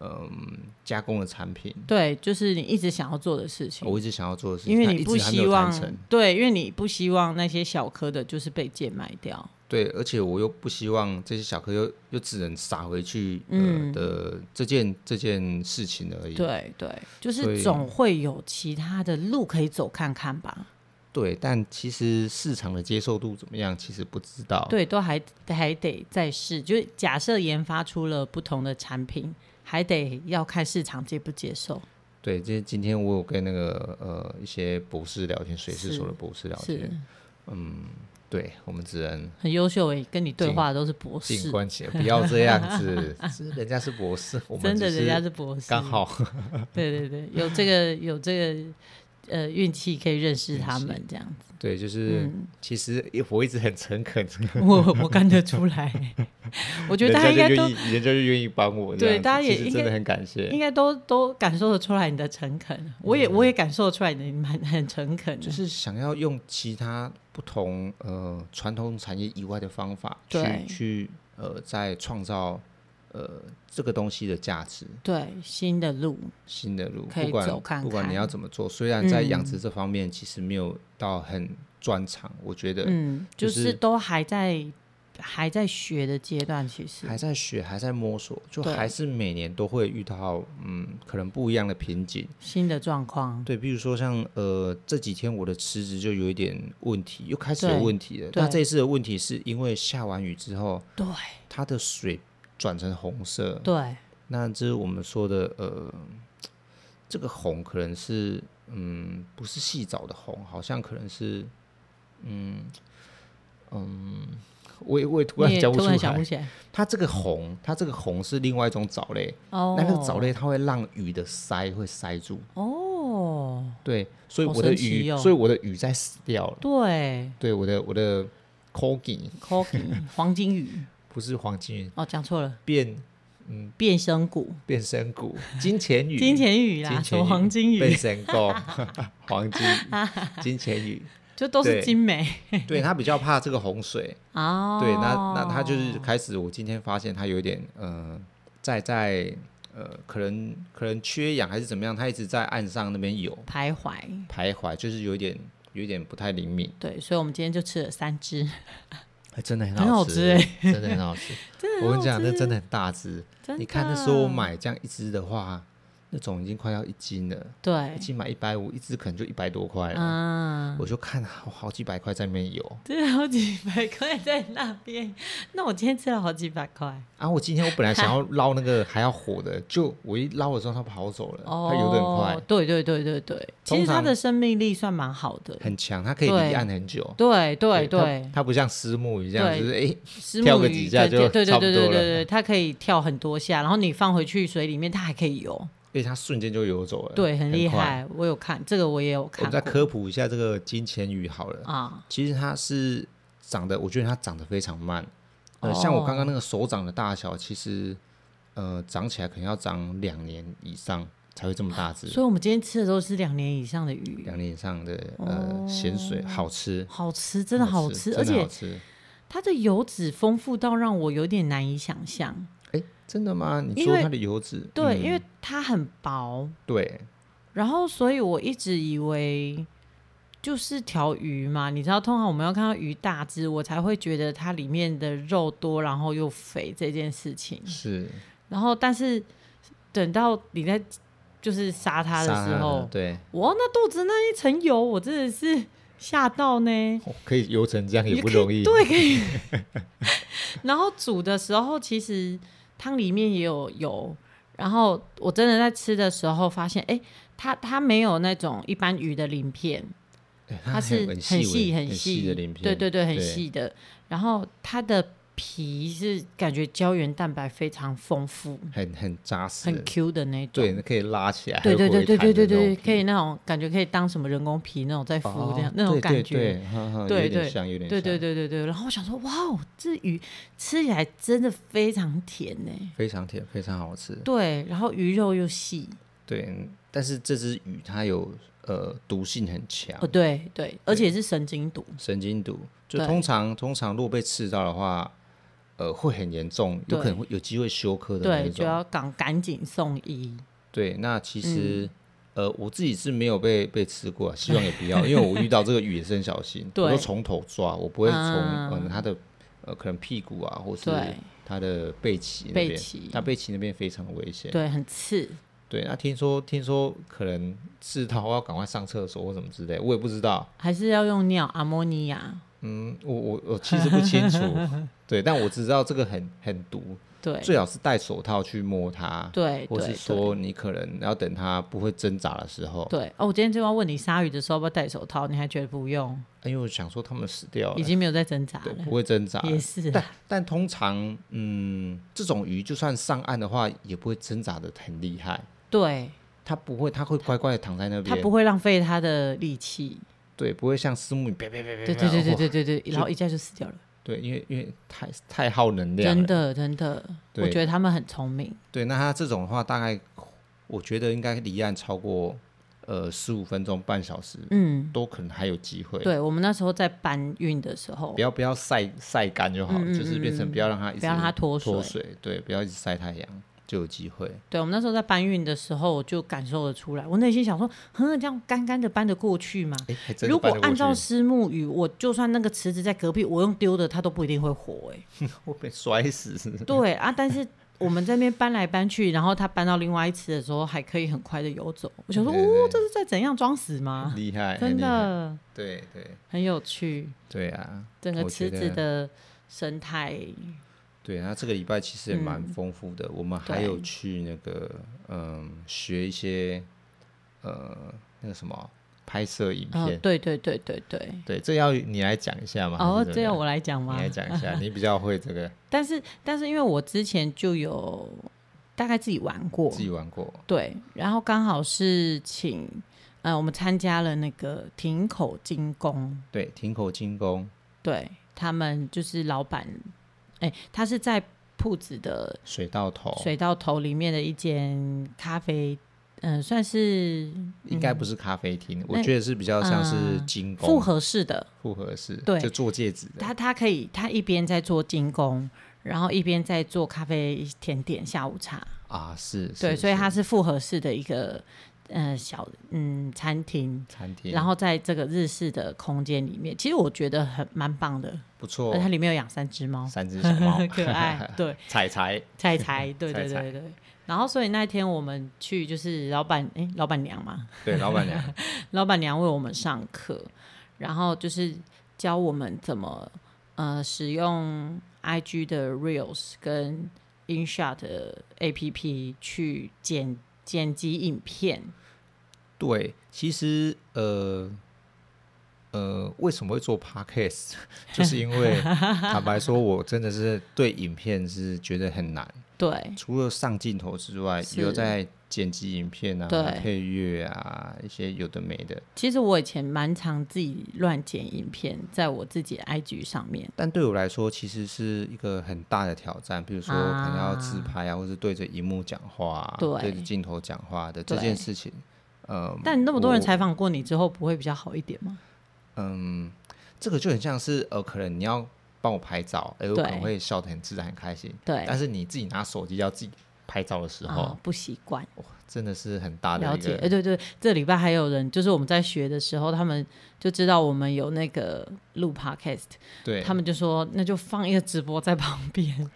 嗯加工的产品，
对，就是你一直想要做的事情，
我一直想要做的事情，
因为
但
你
一
不
直还没有
希望
谈成
对，因为你不希望那些小颗的，就是被贱卖掉。
对，而且我又不希望这些小颗又又只能撒回去，呃、
嗯
的这件这件事情而已。
对对，就
所
是
以
总会有其他的路可以走看看吧。
对，但其实市场的接受度怎么样，其实不知道。
对，都还还得再试。就是假设研发出了不同的产品，还得要看市场接不接受。
对，就是今天我有跟那个呃一些博士聊天，水师所的博士聊
是
天，嗯，对我们只能
很优秀诶，跟你对
静
话的都是博
静
士，
观其变，不要这样
[laughs]
子。是人家是博士，我们
真的
只
人家
是
是博士，
刚好
[laughs] 对对对，有这个 [laughs] 有这个呃运气可以认识他们这样子，
对，就是、其实我一直很诚恳，
嗯 [laughs] 我我看得出来， [laughs] 我觉得大家
人家
应该
就
都
愿意，人家就愿意帮我这
对
样子，
大家也
其实
应
真的
该
很感谢，
应该都都感受得出来你的诚恳，我也我也感受得出来你蛮很诚恳啊
就
的，
是想要用其他不同呃传统产业以外的方法
对
去去呃在创造呃这个东西的价值，
对新的路，
新的路，
可以
不管
走看看
不管你要怎么做，虽然在
嗯
养殖这方面其实没有到很专长，我觉得
嗯，就
就是
是都还在还在学的阶段，其实
还在学，还在摸索，就
对
还是每年都会遇到嗯可能不一样的瓶颈。
新的状况，
对，比如说像呃这几天我的辞职就有一点问题，又开始有
对
问题了。
对
那这一次的问题是因为下完雨之后，
对
它的水转成红色，
对，
那这是我们说的呃，这个红可能是嗯不是细藻的红，好像可能是嗯嗯，我也我也突然
你也
讲不
突
出
然想不
来。
起来
它这个红，它这个红是另外一种藻类，
哦，
那那个藻类它会让鱼的鳃会塞住。
哦，
对，所以
好
我的
神奇
鱼，
哦
所以我的鱼在死掉了。
[laughs] 对
对，我的我的 corgi
c o g i 黄金鱼，
不是黄金鱼，
哦，讲错了，
变嗯
变声骨，
变身骨，金钱鱼，
金钱鱼啦，
金
什
钱
么
鱼
黄金
变
鱼，
身狗，黄金鱼，金钱鱼。
就都
对
是精美
对，它比较怕这个洪水。
哦。
对，那那它就是开始，我今天发现它有点呃，在在呃，可能可能缺氧还是怎么样，它一直在岸上那边游
徘徊。
徘徊，就是有一点有一点不太灵敏。
对，所以我们今天就吃了三只，
哎，真的很
很好
吃，
吃哎
真的很好吃。我跟你讲，那真的很大只。
真的
[laughs] 你看那时候我买这样一只的话，那种已经快要一斤了，一
对，
斤买一百五，一只可能就一百多块了。
哎嗯，
我就看好好几百块在那边游
这好几百块在那边，那我今天吃了好几百块，
啊！我今天我本来想要捞那个还要火的，就我一捞的时候它跑走了，
哦，
呃它游得很快，
对对对对对，其
通
实它
常
的生命力算蛮好的，
很强，它可以
对
离岸很久。
对
它
对对，
它不像私募鱼这样，
对
就是哎，
石
跳
母
个
鱼
几下
对
就
对
差
对
不
对
多
对对
了
对，它可以跳很多下，然后你放回去水里面，它还可以游，
哎，它瞬间就游走了，
对，很厉
呃快。
害，我有看这个，我也有
我
看
们再
过
科普一下这个金钱鱼好了，
啊，
其实它是长得，我觉得它长得非常慢。呃，
哦
像我刚刚那个手掌的大小，其实呃长起来可能要长两年以上才会这么大只，
所以我们今天吃的都是两年以上的鱼
两。年以上的呃咸水好吃，
好吃，真的好吃，而
真的好
且
吃。
它的油脂丰富到让我有点难以想象。
哎，真的吗？你
因
说
为
它的油脂？
对，
嗯
因为它很薄，
对
然后所以我一直以为就是条鱼嘛，你知道，通常我们要看到鱼大只，我才会觉得它里面的肉多，然后又肥这件事情。
是
然后，但是等到你在就是杀它的
沙
时
拉
候，
对，
哇，那肚子那一层油，我真的是吓到呢。
哦可以油成这样也
你
不
可以
容易。
对， [laughs]
[laughs]
可以。然后煮的时候，其实汤里面也有油。然后我真的在吃的时候发现，哎，它它没有那种一般鱼的鳞片，
哎，
它是
很
很
细微
很
细的鳞片，
对对对，很
对
细的。然后它的皮是感觉胶原蛋白非常丰富，
很很扎实，
很 Q 的那种。
对，可以拉起来，
对对对对对对对，可
以。
以那种感觉可以当什么人工皮那种在敷这样、
哦
那种
对
感觉。
对对呵呵
对
有点
对
像，有点
对对
像，
对对对，然后我想说，哇哦，这鱼吃起来真的非常甜呢。
非常甜，非常好吃。
对，然后鱼肉又细，
对，但是这只鱼它有呃毒性很强
哦，，对对，而且是神经毒，
神经毒。就
对
通常通常如果被刺到的话，呃，会很严重，有
对
可能会有机会休克的那
对，
一
就
种。
要赶赶紧送医。
对，那其
嗯
实。呃，我自己是没有被被吃过啊，希望也不要，因为我遇到这个鱼也是很小
[laughs]
心，我
对
都从头抓，我不会从
啊
嗯它的呃可能屁股啊，或是
对
它的背鳍那
背
边
鳍
它背鳍那边非常的危险。
对，很刺，
对，那听说听说可能是他要赶快上厕所或什么之类，我也不知道。
还是要用尿阿莫尼亚。
嗯，我我我其实不清
[laughs]
楚，对，但我只知道这个很很毒，
对
最好是戴手套去摸它，
对
或是
对对
说你可能要等它不会挣扎的时候，
对。哦，我今天就要问你，鲨鱼的时候要不要戴手套？你还觉得不用，
因为我想说它们死掉
已
了，
经没有在挣扎
对，
了，
不会挣扎。
也是啊
但但通常，嗯，这种鱼就算上岸的话，也不会挣扎的很厉害，
对，
它不会，它会乖乖的躺在那
它
边
不，会浪费它的力气。
对，不会像私募鱼，别别别别，
对对对对对对对，
就
然后一下就死掉了。
哦对，因为因为太太耗能量
真
了。
的真的，我
对
觉得他们很聪明。
对，那它这种的话，大概我觉得应该离岸超过呃十五分钟、半小时，
嗯，
都可能还有机会。，
对，我们那时候在搬运的时候
不，要不要晒晒干就好，
嗯嗯
就是变成不要让它一直
不要让它脱水
脱水，对，不要一直晒太阳就有机会。
对我们那时候在搬运的时候，我就感受得出来，我内心想说，哼，这样干干的搬得过去吗？
哎，还真的
如果
搬得过
按照
去
私募鱼，我就算那个池子在隔壁，我用丢的，它都不一定会活、欸。
会 [laughs] 被摔死，
对啊，但是我们这边搬来搬去，然后它搬到另外一池的时候，还可以很快的游走。我想说，
对对哎
哦，这是在怎样装死吗？
厉害，很
真
厉害，
的
对对
很有趣，
对啊，
整个
我觉
池
得
子的生态。
对，那这个礼拜其实也蛮丰富的，我们还
嗯对
有去那个嗯学一些呃那个什么拍摄影
嗯、
片，
对对对对对。
对，这要你来讲一下吗？还
哦
是，
这
怎
要
么
我来讲
样
吗
你？来讲一下，你比较会这
[laughs]
个，
但是但是因为我之前就有大概自己玩过，
自己玩过，
对，然后刚好是请呃，我们参加了那个亭口精工，
对，亭口精工
对他们就是老板，哎，他是在铺子的
水到头，
水稻头里面的一间咖啡，嗯、算是
应该不是咖啡厅，我
嗯那
觉得是比较像是
嗯
精工
复合式的，
复合式，
对
就做戒指的，
他他可以他一边在做精工。然后一边在做咖啡甜点、下午茶，
啊，是，
对，
是
所以
是
它是复合式的一个呃小嗯餐厅，
餐厅，
然后在这个日式的空间里面，其实我觉得很蛮棒的，
不错
而，它里面有养三只猫，
哦三只小
[laughs]，
猫
可
[laughs]
爱，对，
彩彩， [laughs]
猜猜，对对
菜菜
对对。然后，所以那天我们去，就是老板，哎，老板娘嘛，
对，老板
[laughs]
娘，
老板娘为我们上课，然后就是教我们怎么呃使用 IG 的 Reels 跟 InShot 的 APP 去剪剪辑影片，
对，其实呃呃，为什么会做
[laughs]
podcast，就是因为坦白说，我真的是对影片是觉得很难，
对，
除了上镜头之外，
是
有在剪辑影片啊、
对
配乐啊一些有的没的，
其实我以前蛮常自己乱剪影片，在我自己的 IG 上面。
但对我来说其实是一个很大的挑战。比如说，
啊
可能要自拍啊，或是对着荧幕讲话、啊，
对
对着镜头讲话的这件
对
事情，呃，
但那么多人
我
采访过你之后，不会比较好一点吗？
嗯，这个就很像是呃，可能你要帮我拍照，哎、我可
对
能会笑得很自然、很开心。
对，
但是你自己拿手机要自己拍照的时候，
啊、不习惯。
真的是很大的
了
一
解，哎、
个
对对，这礼拜还有人，就是我们在学的时候，他们就知道我们有那个录 podcast，
对
他们就说那就放一个直播在旁
[laughs]
边，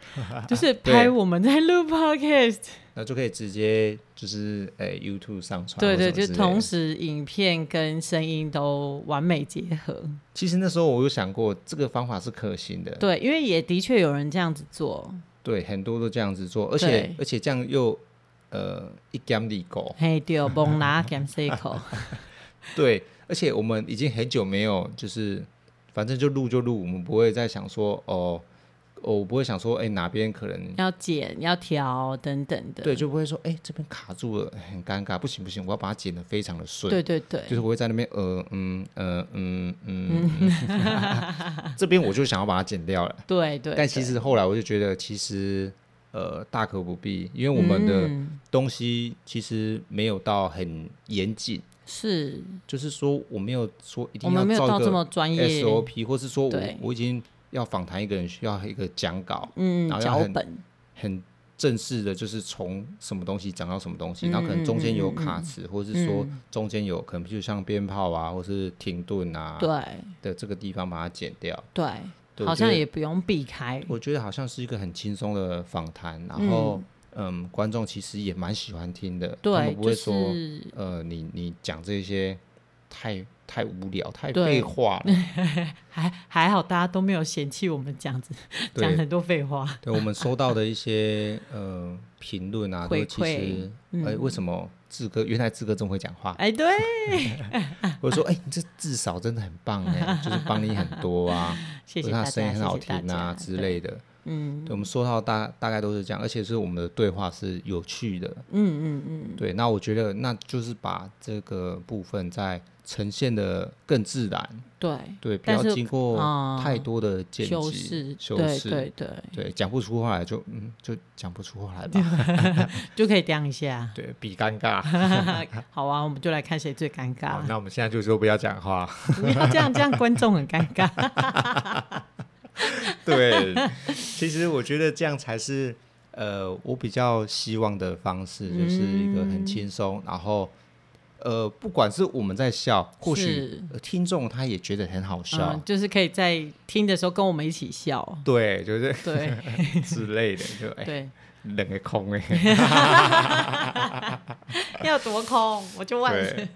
就是拍我们在录 podcast，
那就可以直接就是哎、YouTube 上传，
对对，
或什么
就
之类的
同时影片跟声音都完美结合，
其实那时候我有想过，这个方法是可行的，
对，因为也的确有人这样子做，
对，很多都这样子做，而且
对
而且这样又呃一 gam 里狗，
嘿，对，蒙拿 g a m c 口，
对，而且我们已经很久没有，就是反正就录就录，我们不会再想说哦，哦我不会想说，哎、哪边可能
要剪要调等等的，
对，就不会说，哎、这边卡住了，很尴尬，不行不行，我要把它剪得非常的顺。
对对对，
就是我会在那边，呃，嗯，呃，嗯，嗯，嗯 [laughs] 这边我就想要把它剪掉了。
对对，
但其实后来我就觉得，其实呃，大可不必，因为我们的
嗯
东西其实没有到很严谨，
是
就是说我没有说一
我
定要
们没有
照
到
一
这
个
么专业
SOP，或是说我
对
我已经要访谈一个人，需要一个讲稿，
嗯
然后要
脚
很
本，
很正式的，就是从什么东西讲到什么东西，
嗯
然后可能中间有
嗯嗯嗯
卡词，或是说中间有可能就像鞭炮啊，或是停顿啊
对
的这个地方把它剪掉。
对，
对
好
我觉
像
得
也不用避开，
我觉得好像是一个很轻松的访谈，然后嗯观众其实也蛮喜欢听的，他
对
们，不
就
会说、
是
呃，你你讲这些太太无聊、太
对 [laughs]
废话了。
还还好，大家都没有嫌弃我们这样子讲
对，
很多废话，
对我们收到的一些呃评论啊，都
回
其实
馈嗯
哎，为什么志哥原来志哥这么会讲话？
哎，对，
我就说，哎、你这至少真的很棒
[laughs]
哎，就是帮你很多啊，
谢
或者
谢
他
大家，
声音
谢
很
谢
好听
大
啊
家
之，类的。
对嗯
对，我们说到大大概都是这样，而且是我们的对话是有趣的。
嗯嗯嗯，
对，那我觉得那就是把这个部分再呈现的更自然，
对，
对，不
但
要
是
经过
啊
太多的剪辑、
修饰，
修
对
饰，
对对，
对讲不出话来就嗯，就讲不出话来
[laughs]
吧，。
就可以这样一
[laughs]
下
对比尴
[laughs]
尬。
好啊，我们就来看谁最尴
好啊
尬，。
那我们现在就说不要讲话。 [laughs]
不要这样，这样观众很尴尬。
[laughs] 对，其实我觉得这样才是呃，我比较希望的方式，就是一个很轻松，
嗯
然后呃，不管是我们在笑，或许
是
呃听众他也觉得很好笑，
嗯，就是可以在听的时候跟我们一起笑。
对，就是
对
[laughs] 之类的，就哎、
对，
冷个
[laughs]
空哎、
要多空我就万
对。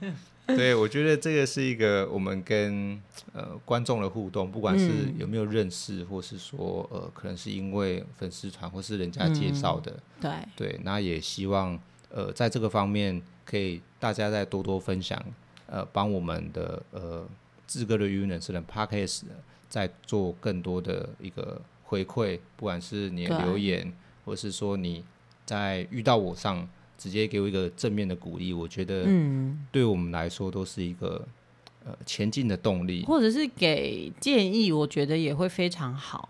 对，我觉得这个是一个我们跟呃观众的互动，不管
嗯
是有没有认识，或是说呃可能是因为粉丝团或是人家介
嗯
绍的，
对
对，那也希望呃，在这个方面可以大家再多多分享，呃，帮我们的呃志哥的语能智能 podcast 再做更多的一个回馈，不管是你的
对
留言，或是说你在遇到我上直接给我一个正面的鼓励，我觉得
嗯，
对我们来说都是一个呃前进的动力。
或者是给建议，我觉得也会非常好。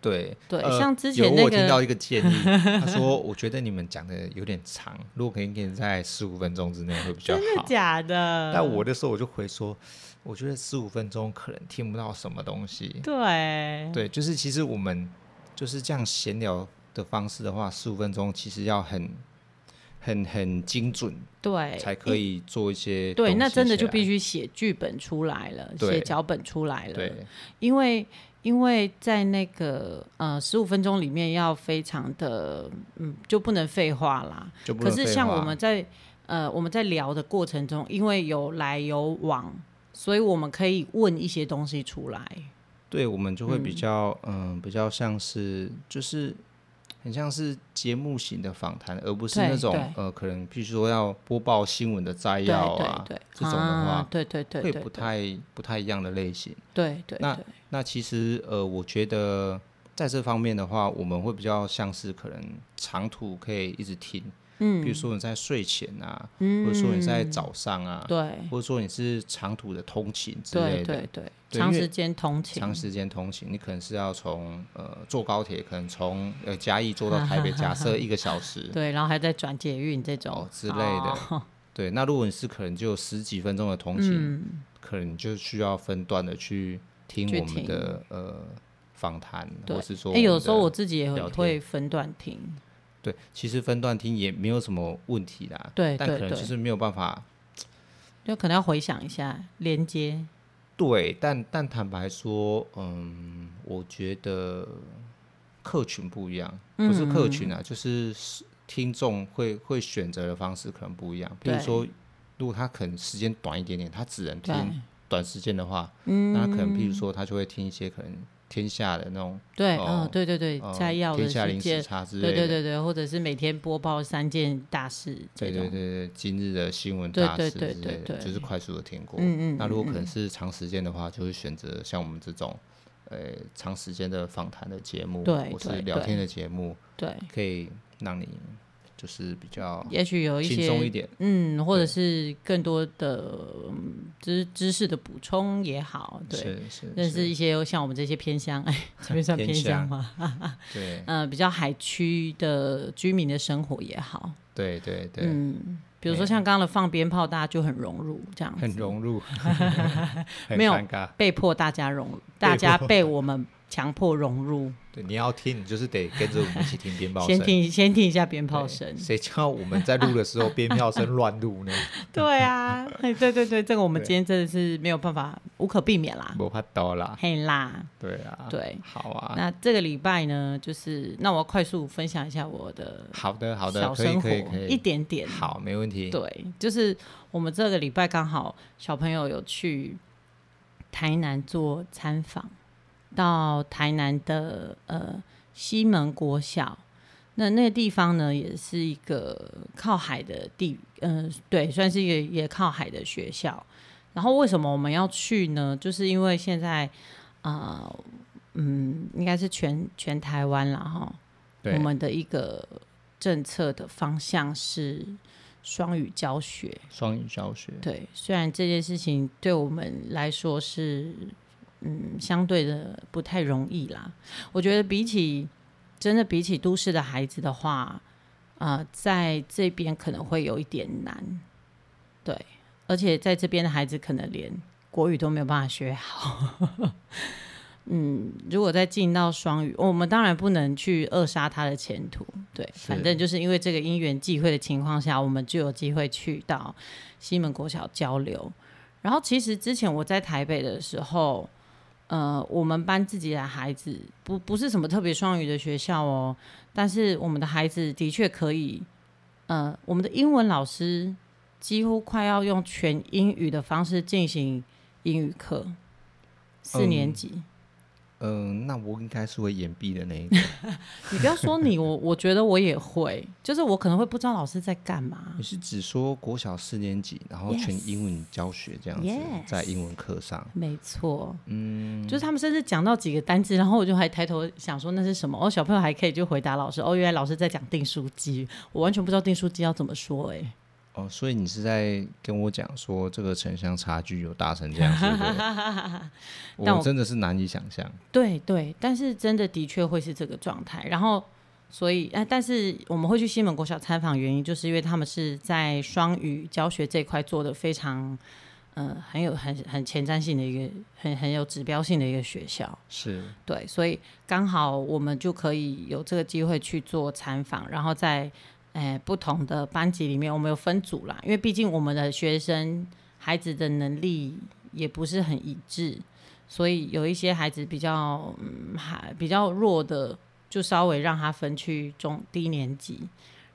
对
对
呃
像之
有
前那
我听
个
到一个建
[laughs]
议，他说我觉得你们讲的有点长，如果可以给你在十五分钟之内会比较
真的
好。
假的？
但我的时候我就回说，我觉得十五分钟可能听不到什么东西。
对
对，就是其实我们就是这样闲聊的方式的话，十五分钟其实要很、很、很精准，
对
才可以做一些
对，
东
那
西
真的
起
就
来
必须写剧本出来了，
对
写脚本出来了。
对
因为因为在那个呃十五分钟里面要非常的嗯，就不能废话啦。
就不
可
能
是
废
像
话
我们在呃我们在聊的过程中，因为有来有往，所以我们可以问一些东西出来。
对，我们就会比较嗯、比较像是就是很像是节目型的访谈，而不是
对
那种
对
呃可能必须说要播报新闻的摘
对
要
对
啊
对，
这种的
啊
话，
对对对
会
对
不太不太一样的类型。
对对
那
对
那其实呃，我觉得在这方面的话，我们会比较像是可能长途可以一直听，
嗯
比如说你在睡前啊，或者说你在早上啊，
对
或者说你是长途的通勤之类的，
对对对，
对
长
因为
时间通勤，
长时间通勤，你可能是要从呃坐高铁，可能从呃嘉义
[laughs]
坐到台北，假设一个小时，
对，然后还在转捷运这种
哦之类的
哦
对，那如果你是可能就有十几分钟的通勤，
嗯，
可能你就需要分段的去听
去
我们的呃访谈，
对
或是说我
哎、
们
有时候
的
我自己也
聊天
会分段听，
对，其实分段听也没有什么问题啦。
对
但
对
可能
对
就是没有办法。
就可能要回想一下连接，
对，但但坦白说，嗯，我觉得客群不一样，不
嗯
是客群啊，就是是听众会会选择的方式可能不一样。比如
对
说，如果他可能时间短一点点，他只能
对嗯
听短时间的话，那他可能譬如说他就会听一些可能天下的那种
对，
哦
嗯，对对对，
呃
摘要的
天下
事
零时
件，
差之类
对
的，
对对对，或者是每天播报三件大事这
对对
种，
对对，今日的新闻
对
大
对
事之
对
类
对
的，
对
就是快速的听过。
嗯嗯
那
嗯
如果可能是长时间的话，就会选择像我们这种，呃，长时间的访谈的节目，
对
或
对
是聊
对
天的节目，
对
可以让你就是比较
也许有一
轻松一
些，
点。
嗯，或者是更多的嗯知知识的补充也好，对。
是是
认识
是，
一些像我们这些偏乡，哎，这边算
偏
偏
乡
乡吗？
对
嗯、比较海区的居民的生活也好，
对对对，
嗯，比如说像刚刚的放鞭炮，大家就很融入这样子，
很融
[laughs]
入，很
没有
尴尬。
被迫大家融，大家被我们强迫融入。
对，你要听，你就是得跟着我们一起听鞭炮声。
先听先听一下鞭炮
对 [laughs]
声，
谁叫我们在录的时候鞭炮声乱录呢？ [laughs]
对啊， [laughs] 哎对对对，这个我们
对
今天真的是没有办法，无可避免啦，
我怕刀啦，
嘿啦，
对啊，
对。
好啊，
那这个礼拜呢，就是那我要快速分享一下我的
好的，好的，
小
可以，
生活
可以，可以，
一点点。
好，没问题。
对，就是我们这个礼拜刚好小朋友有去台南做参访，到台南的呃西门国小，那那个地方呢也是一个靠海的地，嗯、对，算是一个也靠海的学校。然后为什么我们要去呢？就是因为现在啊、呃嗯，应该是全全台湾了哈，
对
我们的一个政策的方向是双语教学。
双语教学，
对，虽然这件事情对我们来说是，嗯，相对的不太容易啦。我觉得比起真的比起都市的孩子的话，啊，在这边可能会有一点难，对，而且在这边的孩子可能连国语都没有办法学好。 [laughs] 嗯，如果再进到双语，我们当然不能去扼杀他的前途。对，
是
反正就是因为这个因缘际会的情况下，我们就有机会去到西门国小交流。然后其实之前我在台北的时候，呃，我们班自己的孩子不不是什么特别双语的学校哦，但是我们的孩子的确可以，呃，我们的英文老师几乎快要用全英语的方式进行英语课，四
嗯
年级。
嗯，那我应该是会掩蔽的那一
嗯
个。
你不要说你，我我觉得我也会，就是我可能会不知道老师在干嘛
你。是只说国小四年级，然后全
Yes
英文教学这样子
Yes
在英文课上，
没错，嗯，就是他们甚至讲到几个单字，然后我就还抬头想说那是什么。哦，小朋友还可以就回答老师，哦，原来老师在讲订书机，我完全不知道订书机要怎么说、哎，
哦，所以你是在跟我讲说这个城乡差距有大成这
[laughs]
样子，对不对
但
我
我
真的是难以想象。
对对，但是真的的确会是这个状态。然后，所以哎、但是我们会去西门国小参访，原因就是因为他们是在双语教学这一块做的非常，呃，很有很很前瞻性的一个，很很有指标性的一个学校。
是，
对，所以刚好我们就可以有这个机会去做参访，然后在诶、呃不同的班级里面，我们有分组啦，因为毕竟我们的学生孩子的能力也不是很一致，所以有一些孩子比较嗯还比较弱的，就稍微让他分去中低年级，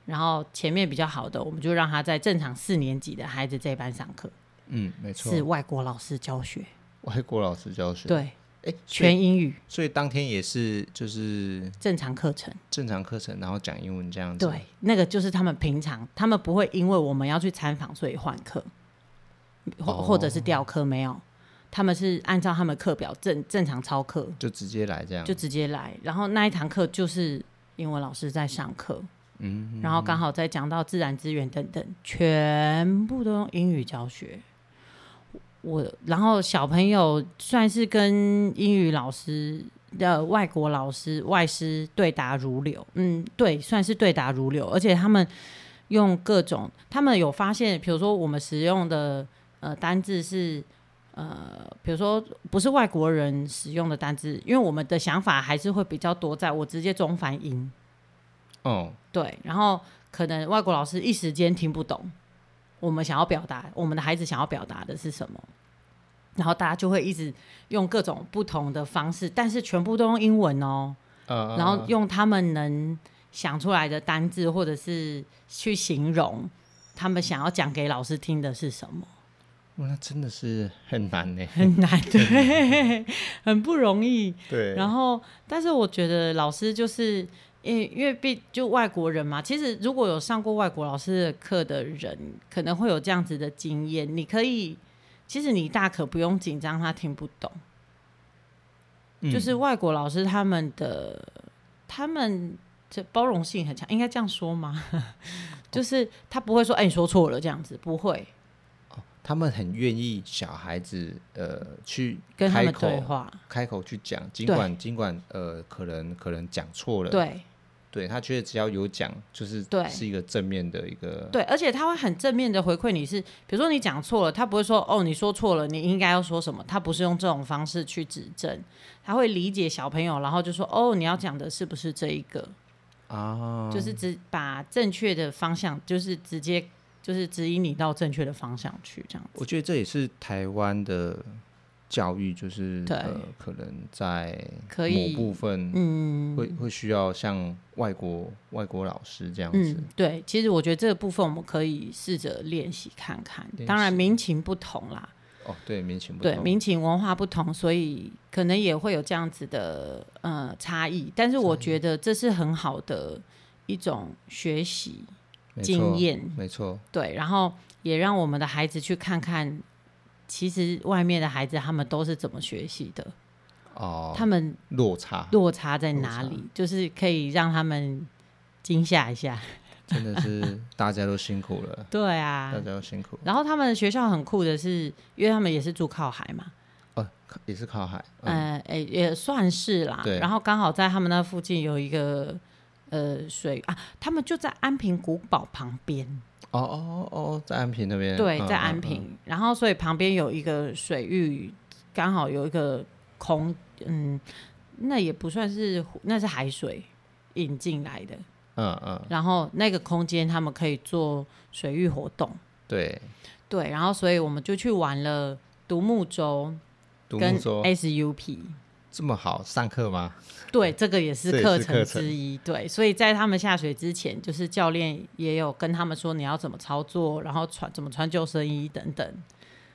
然后前面比较好的，我们就让他在正常四年级的孩子这一班上课，
嗯，没错，
是外国老师教学，
外国老师教学，，
对，
哎，所以
全英语
所以当天也是就是
正常课程。
正常课程，然后讲英文这样子，
对，那个就是他们平常，他们不会因为我们要去参访所以换课，或、
哦
或者是调课，没有，他们是按照他们课表正正常操课
就直接来这样
就，直接来，然后那一堂课就是英文老师在上课，嗯，然后刚好在讲到自然资源等等，全部都用英语教学。我然后小朋友算是跟英语老师的外国老师外师对答如流，嗯，对，算是对答如流，而且他们用各种，他们有发现，比如说我们使用的呃单字是呃，比如说不是外国人使用的单字，因为我们的想法还是会比较多，在我直接中翻英，
哦，
对，然后可能外国老师一时间听不懂我们想要表达，我们的孩子想要表达的是什么，然后大家就会一直用各种不同的方式，但是全部都用英文哦，
呃，
然后用他们能想出来的单字或者是去形容他们想要讲给老师听的是什么。
哇那真的是很难呢，
很难，对，很不容易。
对，
然后，但是我觉得老师就是，因为因为毕就外国人嘛，其实如果有上过外国老师的课的人，可能会有这样子的经验。你可以，其实你大可不用紧张，他听不懂。
嗯
就是外国老师他们的他们这包容性很强，应该这样说吗？ [laughs] 就是他不会说，哎、你说错了这样子，不会
他们很愿意小孩子呃去
跟他
开
们
口
对话，
开口去讲，尽
对
管尽管呃可能可能讲错了，
对。
对他觉得只要有讲，就是
对
是一个正面的一个
对，而且他会很正面的回馈你是，比如说你讲错了，他不会说哦你说错了，你应该要说什么，他不是用这种方式去指正，他会理解小朋友，然后就说哦你要讲的是不是这一个，
啊，
就是只把正确的方向，就是直接就是指引你到正确的方向去这样子。
我觉得这也是台湾的教育，就是
对
呃可能在
可
某
以
部分
嗯，
会会需要像外国外国老师这样子
嗯，，对，其实我觉得这个部分我们可以试着练习看看
练，
当然
习
民情不同啦，
哦，对，民情不
对
同
民情文化不同，所以可能也会有这样子的呃差异。但是我觉得这是很好的一种学习
没错
经验，
没错，
对，然后也让我们的孩子去看看，其实外面的孩子他们都是怎么学习的，
哦，
他们
落差
落差在
落
哪
差
里，就是可以让他们惊吓一下。 [laughs]
真的是大家都辛苦了，
对 [laughs] 啊
大，家都辛苦
然后他们的学校很酷的是，因为他们也是住靠海嘛，
哦，靠也是靠海，嗯，
呃，诶、也算是啦。
对
然后刚好在他们那附近有一个呃水啊，他们就在安平古堡旁边，
哦哦哦哦，在安平那边，
对，
嗯
在安，
嗯
平。然后所以旁边有一个水域，刚好有一个空，嗯，那也不算是湖，那是海水引进来的。
嗯嗯嗯，
然后那个空间他们可以做水域活动，
对，
对。然后所以我们就去玩了独木舟
独
跟哎
木舟
SUP。
这么好上课吗？
对，这个也是
这也是
课
课
程
程
之一。对，所以在他们下水之前，就是教练也有跟他们说你要怎么操作，然后穿怎么穿救生衣等等。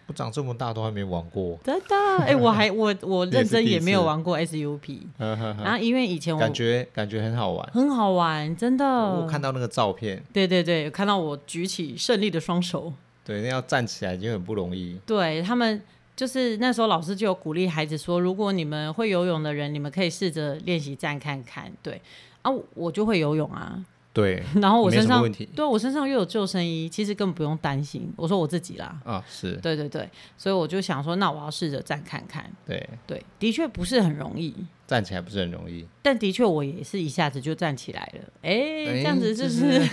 我长这么大都还没玩
[laughs]
过，
真的，哎、我 [laughs] 还我我认真
你也是第一
也
次
没有玩过 SUP，
呵呵呵
然后因为以前我
感觉感觉很好玩。
很好玩，真
我
的。
看到那个照片，
对对对，有看到我举起胜利的双手。
对，那要站起来已经很不容易。
对他们，就是那时候老师就有鼓励孩子说，如果你们会游泳的人，你们可以试着练习站看看。对啊，我就会游泳啊，
对，
然后我
没
身
什么
上
问题
对啊我身上又有救生衣，其实根本不用担心。我说我自己啦，
啊，是，
对对对，所以我就想说，那我要试着站看看。
对，
对，的确不是很容易，
站起来不是很容
[laughs]
易。
但的确我也是一下子就站起来了。哎、
哎
这样子
这
就是是，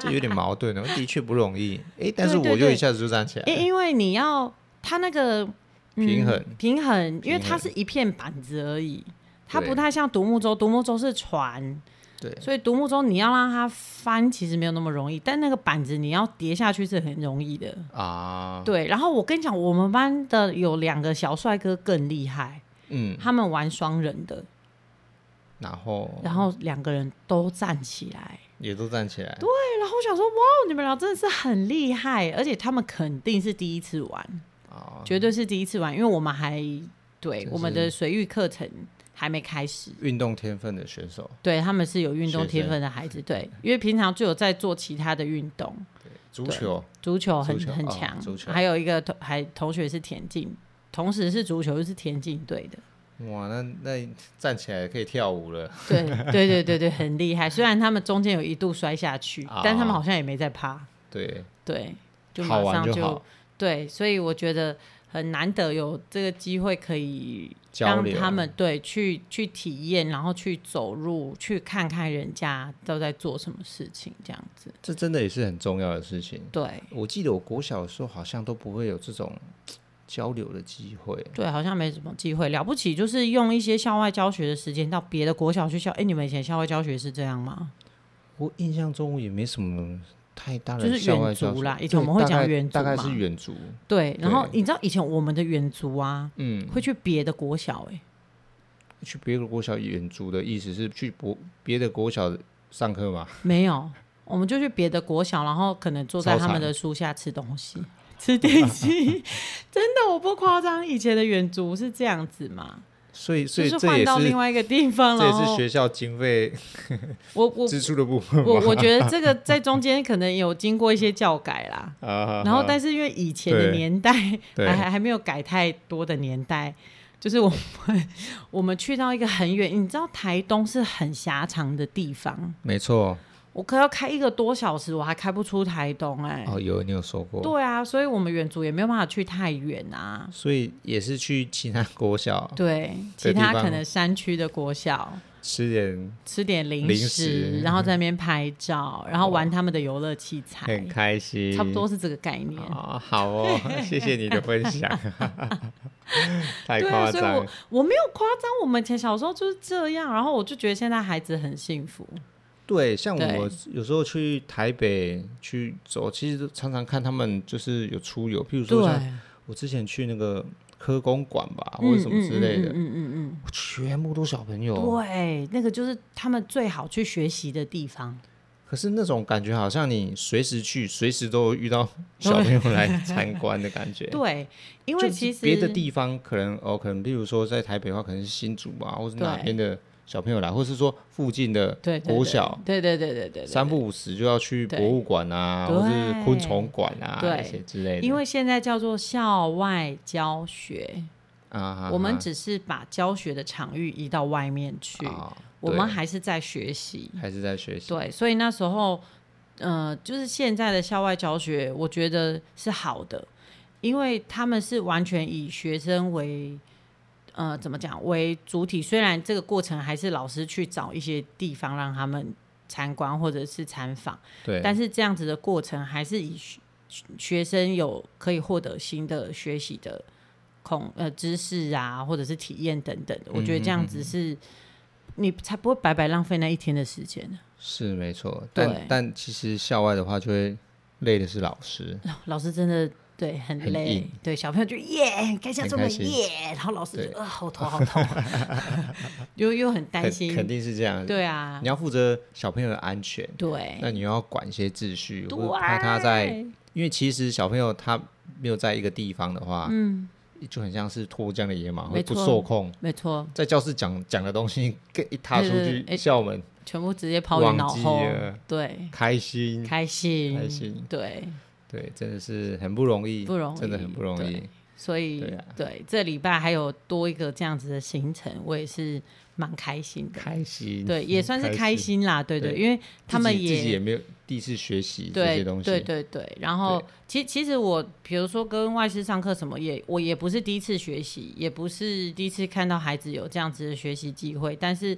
这有点矛盾哦，的确不容易。哎，但是
对对
我就
对
一下子就站起来
因、
了。
因为你要它那个、嗯
平衡
平衡，因为
嗯平
它
衡
是一片板子而已，它
对
不太像独木舟，独木舟是船，
对，
所以独木舟你要让它翻，其实没有那么容易，但那个板子你要叠下去是很容易的。
啊，
对，然后我跟你讲，我们班的有两个小帅哥更厉害，
嗯，
他们玩双人的，
然后
然后两个人都站起来。
也都站起来。
对，然后我想说，哇，哦你们俩真的是很厉害，而且他们肯定是第一次玩，
啊，
绝对是第一次玩，因为我们还对
真
我们的水域课程还没开始。
运动天分的选手，
对，他们是有运动
学
天
生
分的孩子，对，因为平常就有在做其他的运动，
足
对
球
足球很
足球
很
哦
强，
足球
还有一个同还同学是田径，同时是足球又是田径队的，
哇，那那站起来可以跳舞了。
[laughs] 对对对对对，很厉害。虽然他们中间有一度摔下去，
啊
但他们好像也没在趴，
对，
对，就
好
马
玩
上
就
就
好
对，所以我觉得很难得有这个机会可以
交
让
流
他们对去去体验，然后去走入，去看看人家都在做什么事情，这样子。
这真的也是很重要的事情。
对
我记得我国小的时候好像都不会有这种交流的机会。
对，好像没什么机会，了不起就是用一些校外教学的时间到别的国小去校。哎，你们以前校外教学是这样吗？
我印象中也没什么太大的
就是
校外
远
教
足
学
啦
对
以前我们会
大概
讲远足
大概是
嘛
远足，
对，然后
对
你知道以前我们的远足啊，
嗯，
会去别的国小、哎，
去别的国小远足的意思是去国别的国小上课嘛？
没有，我们就去别的国小，然后可能坐在
操
他
场
们的树下吃
[laughs]
东西、吃点心。 [laughs] 真的，我不夸张，以前的远足是这样子嘛，
所以所
就
以
是
这也
换到
是
另外一个地方，
这也
然
是
后
学校经费
我
[laughs]
我
支出的部分
我
嘛？
我觉得这个在中间可能有经过一些教改
[laughs]
啦。
啊，
然后，
哈
但是因为以前的
对
年代
对
还还还没有改太多的年代，就是我们 [laughs] 我们去到一个很远，你知道台东是很狭长的地方，
没错
我可要开一个多小时，我还开不出台东哎、
哦，有你有说过，
对啊，所以我们远足也没有办法去太远啊。
所以也是去其他国小
对，
哦这
其
地
他
方
可能山区的国小
吃点
吃点零食，
零食嗯
然后在那边拍照，然后玩他们的游乐器材
很，开心，
差不多是这个概念。
啊，好
[laughs]
哦，谢谢你的分享，太
对
夸
啊，所以
张
我
了。
我没有夸张，我们以前小时候就是这样，然后我就觉得现在孩子很幸福。
对，像我
对
有时候去台北去走，其实常常看他们就是有出游，譬如说像哦我之前去那个科工馆吧，或者什么之类的，
嗯嗯嗯嗯
全部都小朋
嗯嗯，
友。
对，那个就是他们最好去学习的地方。
可是那种感觉好像你随时去， [laughs] 随时都遇
[laughs]
到小朋友来参观的感觉。
对，因为
就是
其实
别的地方可能哦，可能譬如说在台北的话，可能是新竹啊，或是哪
对
边的小朋友来，或是说附近的
对对
国小，
对对对对对对对
三不五时就要去博物馆啊，
对
或是昆虫馆啊
对
那些之类的。
因为现在叫做校外教学，
啊哈
我们
哈
只是把教学的场域移到外面去，
啊
我
对
们还是在学习。
还是在学习，
对，所以那时候，呃，就是现在的校外教学，我觉得是好的，因为他们是完全以学生为，呃，怎么讲为主体。虽然这个过程还是老师去找一些地方让他们参观或者是参访，
对，
但是这样子的过程还是以学学生有可以获得新的学习的空呃知识啊，或者是体验等等
嗯
的。我觉得这样子是。你才不会白白浪费那一天的时间。
是没错，
对
但但其实校外的话就会累的是老师，
老师真的对很
很
累
硬
对小朋友就耶，该下
很
作
开
业
心
耶，然后老师
对
就啊好头好痛，
[laughs]
又又很担
肯
心，
[laughs] 肯定是这样，
对啊
你，要负责小朋友的安全，
对
那你又要管一些秩序，
哎对
或者怕他在，因为其实小朋友他没有在一个地方的话，
嗯，
就很像是脱缰的野马，
没
会不
错
受控。
没错，
在教室讲讲的东西， [laughs] 跟一踏出
对对
去
对
校门，
全部直接抛于脑后
忘记了，
对，
开心，
开心
开心
对，
对，真的是很不容易，
不容易
真的很不容易
对。所以
对啊
对这礼拜还有多一个这样子的行程，我也是蛮开心的，
开嗯心，
对，也算是开，心啦，对对，
对
因为他们
自己
也
自己也没有第一次学习这
对
些东西，
对对对，然后
对
其其实我比如说跟外师上课什么也，我也不是第一次学习，也不是第一次看到孩子有这样子的学习机会，但是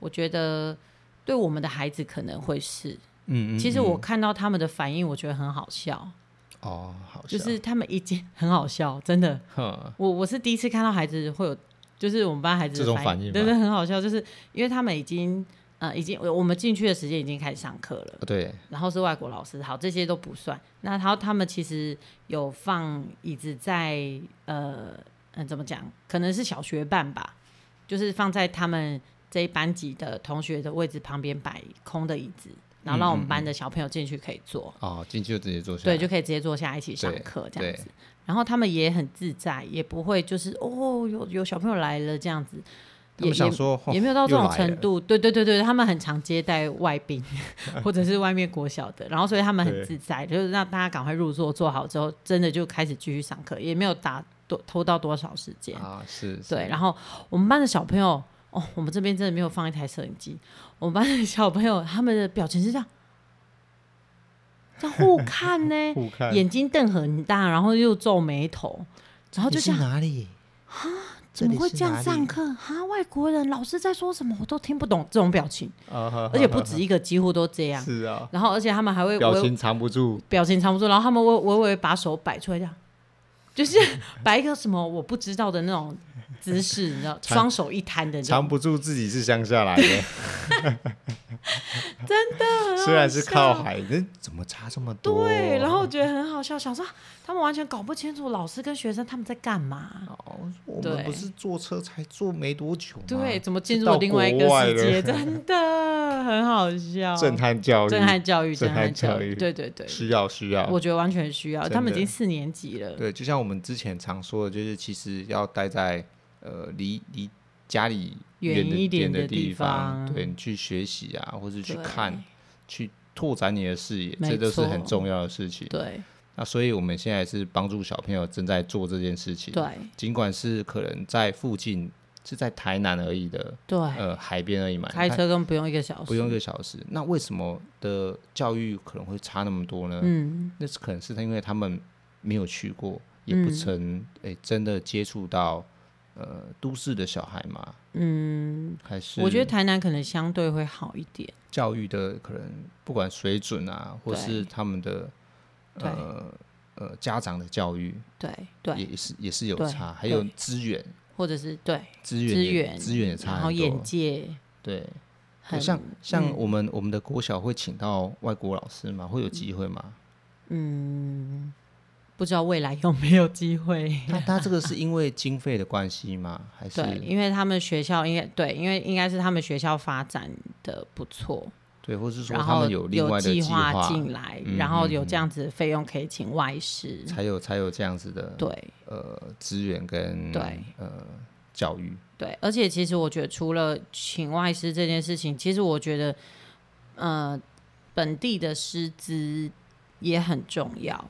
我觉得对我们的孩子可能会是。
嗯嗯，
其实
嗯
我看到他们的反应，我觉得很好笑，
哦，好
就
笑
是他们已经很好笑，真的。
哼，哦
我我是第一次看到孩子会有，就是我们班孩子的
这种
反
反应
对
吗
对，很好笑，就是因为他们已经呃已经我我们进去的时间已经开始上课了。
对，
然后是外国老师，好，这些都不算。那他他们其实有放椅子在呃嗯怎么讲，可能是小学办吧，就是放在他们这一班级的同学的位置旁边摆空的椅子，
嗯
然后让我们班的小朋友进去可以坐，
哦，进去就直接坐下来，
对，就可以直接坐下来一起上
对
课这
对
样子。然后他们也很自在，也不会就是哦有有小朋友来了这样子，
他
也
们想
也
说哦
也没有到这种
又来了
程度。对对对对，他们很常接待外宾 [laughs] 或者是外面国小的，然后所以他们很
对
自在，就是让大家赶快入座，做好之后，真的就开始继续上课，也没有打多偷到多少时间。
啊，是，是
对，然后我们班的小朋友，哦，我们这边真的没有放一台摄影机，我们班的小朋友他们的表情是这样，在
[laughs]，
互看呢
互看
眼睛瞪很大，然后又皱眉头，然后就这样。
哪里？
怎么会
这里是
这样
哪
上
里
课？哈，外国人老师在说什么，我都听不懂这种
[laughs]
表情，
而
而且不止一个，几乎都这样。
是啊，
然后，而且他们还会
表
微
情藏不住，
表情藏不住，然后他们微微微把手摆出来，这样，就是 [laughs] 摆一个什么我不知道的那种姿势，你知道，
藏
双手一摊的这
藏
种，
不住自己是乡下来的，
[laughs]
真 [laughs] 的。虽然是靠海，那怎么差这么多？
对，然后我觉得很好笑，想说啊他们完全搞不清楚老师跟学生他们在干嘛，
哦，我
对
们不是坐车才坐没多久吗？
对，，怎么进
到
入另外一个
国外
世界，
了
真的很好笑，
震撼教育，
啊 [laughs] 震撼教育，
震
震
撼
撼
教
教
育
育，对对对，
需要需要。
我觉得完全需要，
真的
他们已经四年级了，
对，就像我们之前常说的，就是其实要待在呃离离家里
远
的
一点
的
的地
方，
方
对你去学习啊，或是去
对
看，去拓展你的视野，
没
这都是
错
很重要的事情。
对
那所以我们现在是帮助小朋友正在做这件事情，
对
尽管是可能在附近，是在台南而已的，
对，
呃，海边而已嘛，你
开
看
车更嗯不用一个小时，
不用一个小时。那为什么的教育可能会差那么多呢？
嗯，
那是可能是他因为他们没有去过，也不
嗯
曾诶、真的接触到呃都市的小孩嘛，嗯，还是
我觉得台南可能相对会好一点，
教育的可能不管水准啊，或
对
是他们的
对
呃呃家长的教育
对对，
也是也是有
对
差，还有
对
资源
或者是对，
资源
资
也
源
资源也差
然后
很
眼
多，
界
对。
很嗯
像像我们、我们的国小会请到外国老师吗？会有机会吗？
不知道未来有没有机会。
那他这个是因为经费的关系吗？还是
嗯对，因为他们学校应该对，因为应该是他们学校发展的不错，
对，或是说
然
他
后
们有另外的
计
划，
进来，
嗯
然后
嗯
有这样子的费用可以请外师，
才有才有这样子的
对，
呃资源跟
对
呃教育，
对，而且其实我觉得，除了请外师这件事情，其实我觉得，呃，本地的师资也很重要。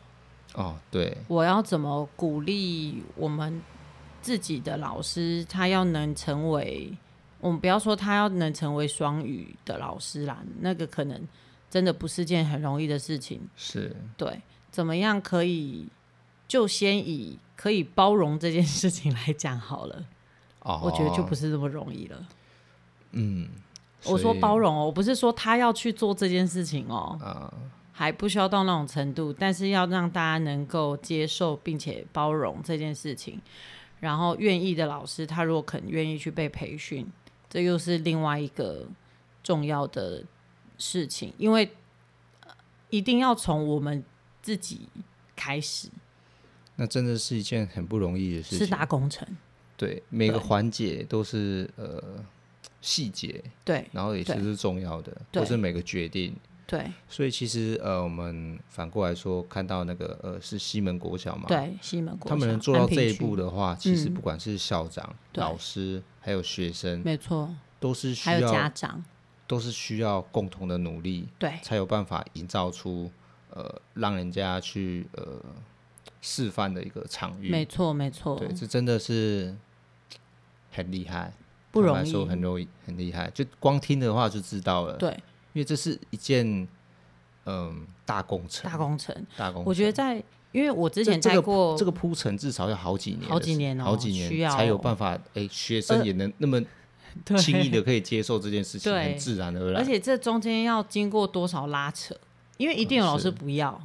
哦，对，
我要怎么鼓励我们自己的老师，他要能成为，我们不要说他要能成为双语的老师啦，那个可能真的不是件很容易的事情。
是
对，怎么样可以就先以可以包容这件事情来讲好了，
哦，
我觉得就不
是
是这么容易了。
嗯，
我说
所以
包容哦，我不是说他要去做这件事情哦，
啊、
还不需要到那种程度，但是要让大家能够接受并且包容这件事情。然后愿意的老师，他如果肯愿意去被培训，这又是另外一个重要的事情，因为呃一定要从我们自己开始，
那真的是一件很不容易的事
是
情。
大工程。
对，每个
对
环节都是呃细节，
对
然后也
对
是重要的，
对
或是每个决定。
对
所以其实呃，我们反过来说，看到那个呃是西门国小嘛，，
对，西门国
他们
小
能做到
安平
这一
区
步的话，其实
嗯
不管是校长、
对
老师还有学生，
没错，
都是需
还有家
要
长，
都是需要共同的努力，
对
才有办法营造出呃让人家去呃示范的一个场域。
没错没错，
对，这真的是很厉害，
不
坦白
容易
说很容易，很厉害。就光听的话就知道了，
对
因为这是一件嗯、大工程，
大工程。
大工程。
我觉得在，因为我之前
这
带
这个
过
这个铺陈至少要好几年的时，
好几年哦
好几年
需要
才有
哦
办法，哎，学生
呃
也能那么
[laughs] 对
轻
[laughs]
易的可以接受这件事情，
对
很自然而然。
而且这中间要经过多少拉扯，因为一定有老师不要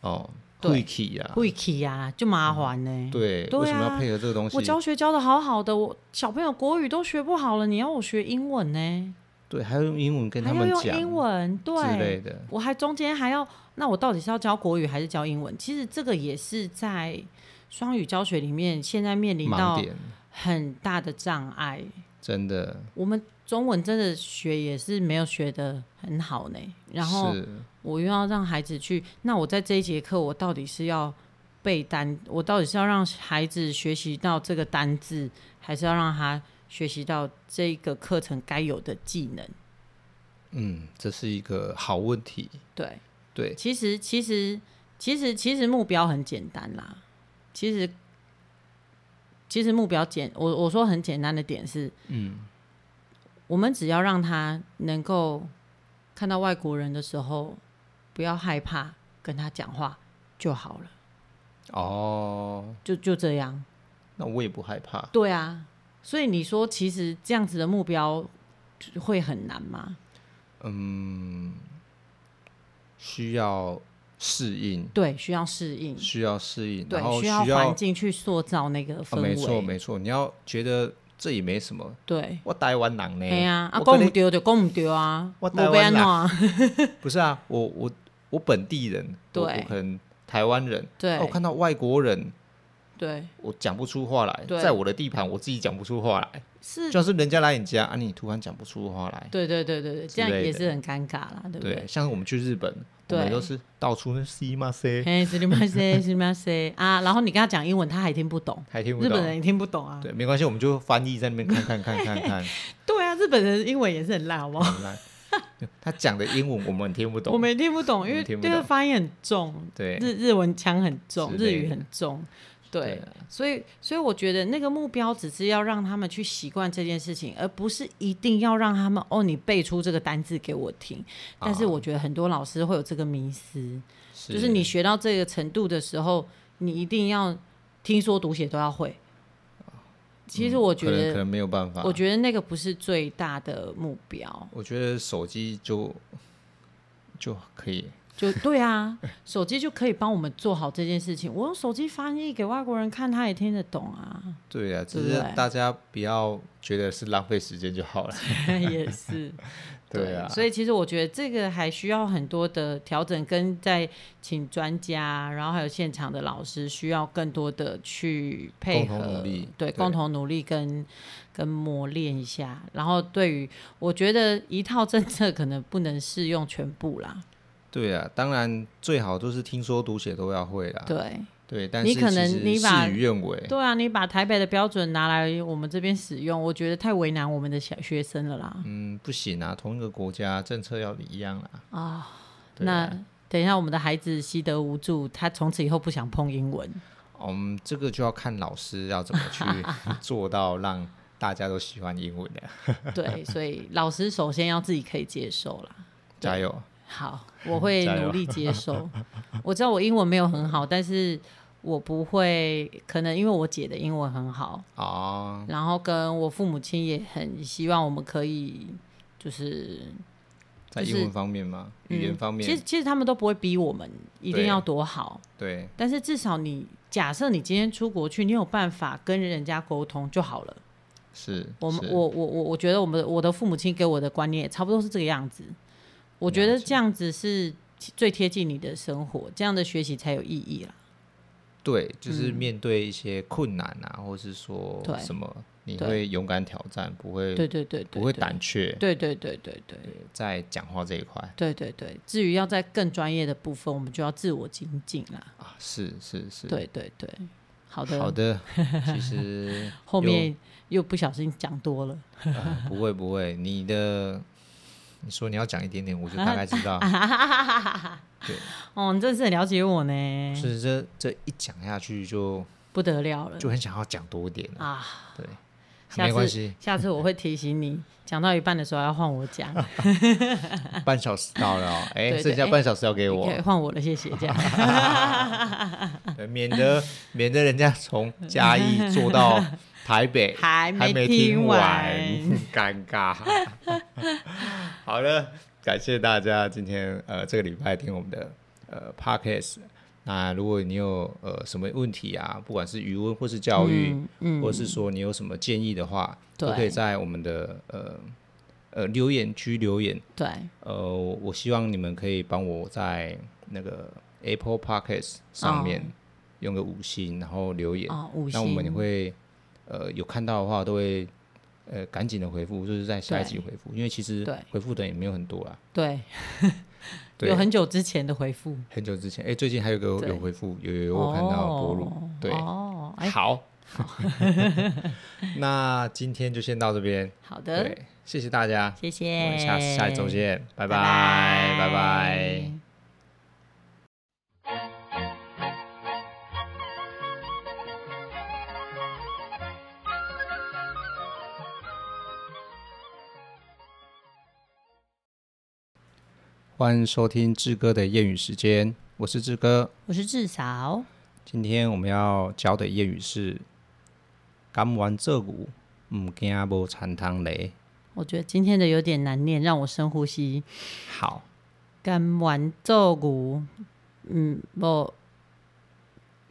哦，
对
会体啊，
会气呀，就麻烦呢、
嗯对，
对
为什么
啊
要配合这个东西
我？教学教的好好的，我小朋友国语都学不好了，你要我学英文呢、
对，还要用英文跟他
还要
们
用
讲
英文，
之类
对，
的，
我还中间还要，那我到底是要教国语还是教英文？其实这个也是在双语教学里面现在面临
盲
到
点
很大的障碍。
真的。
我们中文真的学也是没有学的很好呢，然后
是
我又要让孩子去，那我在这一节课，我到底是要背单，我到底是要让孩子学习到这个单字，还是要让他学习到这个课程该有的技能？
嗯，这是一个好问题。
对，
对，
其实其实其实其实目标很简单啦，其实其实目标简，我我说很简单的点是，
嗯，
我们只要让他能够看到外国人的时候，不要害怕跟他讲话就好了，
哦，
就就这样。
那我也不害怕。
对啊，所以你说其实这样子的目标会很难吗？
嗯，需要适应，
对，需要适应，
需要适应，然
对，
后
需
需
要
要
环境去塑造那个
啊
氛围。
没错没错，你要觉得这也没什么，
对，
我台湾人呢？
哎呀，啊，
我
讲
跟
唔
你
对就讲唔对啊，
我
没
台
被安
湾
怎
人
啊？
不是啊，我我我本地人，我
对
我可能台湾人，
对
啊 [laughs] 我看到外国人，
对，
我讲不出话来，
对嗯
在我的地盘我自己讲不出话来，
是，
就是人家来你家啊，你突然讲不出话来，
对对对对对，这样
之类
也
的
是很尴尬啦，对不
对，？像我们去日本，我
对
们都是到处那 C 嘛 C，
哎，是
[laughs]
你妈塞，是你妈塞啊！然后你跟他讲英文，他还听不懂，
还听不
日本
懂。
人也听不懂啊。
对，没关系，我们就翻译在那边看看看看
[laughs]
看
对啊，日本人的英文也是很烂，好不好？
看。来，他讲的英文我们听不
我
懂。
们也听不懂，因
我
为
们听不
这个
懂
发音很重，
对，
日日文腔很重，
之
日
类
语
的
很重，对
对，
所以所以我觉得那个目标只是要让他们去习惯这件事情，而不是一定要让他们哦，你背出这个单字给我听。但是
啊
我觉得很多老师会有这个迷思，就是你学到这个程度的时候，你一定要听说读写都要会。其实我觉
哦嗯可能可
得，
能没有办法。
我觉得那个不是最大的目标，
我觉得手机就就可以，
就 [laughs] 对啊，手机就可以帮我们做好这件事情。我用手机翻译给外国人看，他也听得懂啊。 [laughs]
对啊，只
对不
是
对
大家不要觉得是浪费时间就好
[laughs]
了。
也是，
[laughs] 对啊，
所以其实我觉得这个还需要很多的调整，跟在请专家，然后还有现场的老师，需要更多的去配合，
共同努力
对，
对
共同努力跟跟磨练一下。然后对于我觉得一套政策可能不能适用全部啦，
对啊，当然最好都是听说读写都要会啦。
对，
对，但是
你可能
其实
你把
事与愿违。
对啊，你把台北的标准拿来我们这边使用，我觉得太为难我们的小学生了啦。
嗯，不行啊，同一个国家政策要一样啦。
嗯
对
啊那等一下我们的孩子习得无助，他从此以后不想碰英文。
嗯，这个就要看老师要怎么去做到让大家都喜欢英文的，
[laughs] 对，所以老师首先要自己可以接受啦。
加油！
好，我会
加油
努力接 [laughs] 受。我知道我英文没有很好，但是我不会，可能因为我姐的英文很好，
哦，
然后跟我父母亲也很希望我们可以就是
在
就
英
是
文方面吗？语
嗯
言方面，
其实其实他们都不会逼我们一定
对
要多好，
对
但是至少你假设你今天出国去，你有办法跟人家沟通就好了。
是，
我们
是
我我我我觉得我们的我的父母亲给我的观念也差不多是这个样子。我觉得
了解
这样子是最贴近你的生活，这样的学习才有意义啦。
对，就是
嗯
面对一些困难啊，或是说
对
什么，你
对
会勇敢挑战，不会
对对对
不
对，
会
对。
胆怯。
对对对对对
在讲话这一块
对对对。至于要在更专业的部分，我们就要自我精进啦。
啊，是是是，
对对对，好的。
好的。其实
后面又不小心讲多了，
呃不会不会，你的你说你要讲一点点，我就大概知道。
啊
对，
哦，你真的是很了解我呢，
是这这一讲下去就
不得了了
就很想要讲多一点了。
啊！
对，
嗯下
没关
次
系，
[laughs] 下次我会提醒你，讲到一半的时候要换我讲。
半小时到
[laughs]
了哦，哎，
对
剩下
对
半小时要给
你
[laughs] 我啊
可以，换我了，谢谢。
[laughs]
这样
对免得免得人家从嘉义坐到台北
[laughs]
还
还
没
没
听
听
完
完，
尴尬。 [laughs] 好了，感谢大家今天呃这个礼拜听我们的呃 podcast。那如果你有呃什么问题啊，不管是语文或是教育，
嗯嗯
或是说你有什么建议的话，
对
都可以在我们的呃呃留言区留言。
对
呃，我希望你们可以帮我在那个 Apple Podcast 上面
哦
用个五星，然后留言。
哦，五
那我们也
星
会呃有看到的话，都会呃赶紧的回复，就是在下一
对
集回复，因为其实
对
回复的也没有很多啦。
对，
对，
有很久之前的回复，
很久之前，哎、最近还有个
对
有回复，有有有我看到
哦
博鲁，对，
哦，哎， [laughs]
好， [laughs] 那今天就先到这边，
好的，
对，谢谢大家，
谢
我
谢，
们下下一周，见，拜
拜
拜，拜拜。欢迎收听志哥的谚语时间，我是志哥。
我是志嫂，
今天我们要教的谚语是“甘愿做牛，唔惊无残汤雷
我觉得今天的有点难念，让我深呼吸。”。
好，
甘愿做牛，嗯，无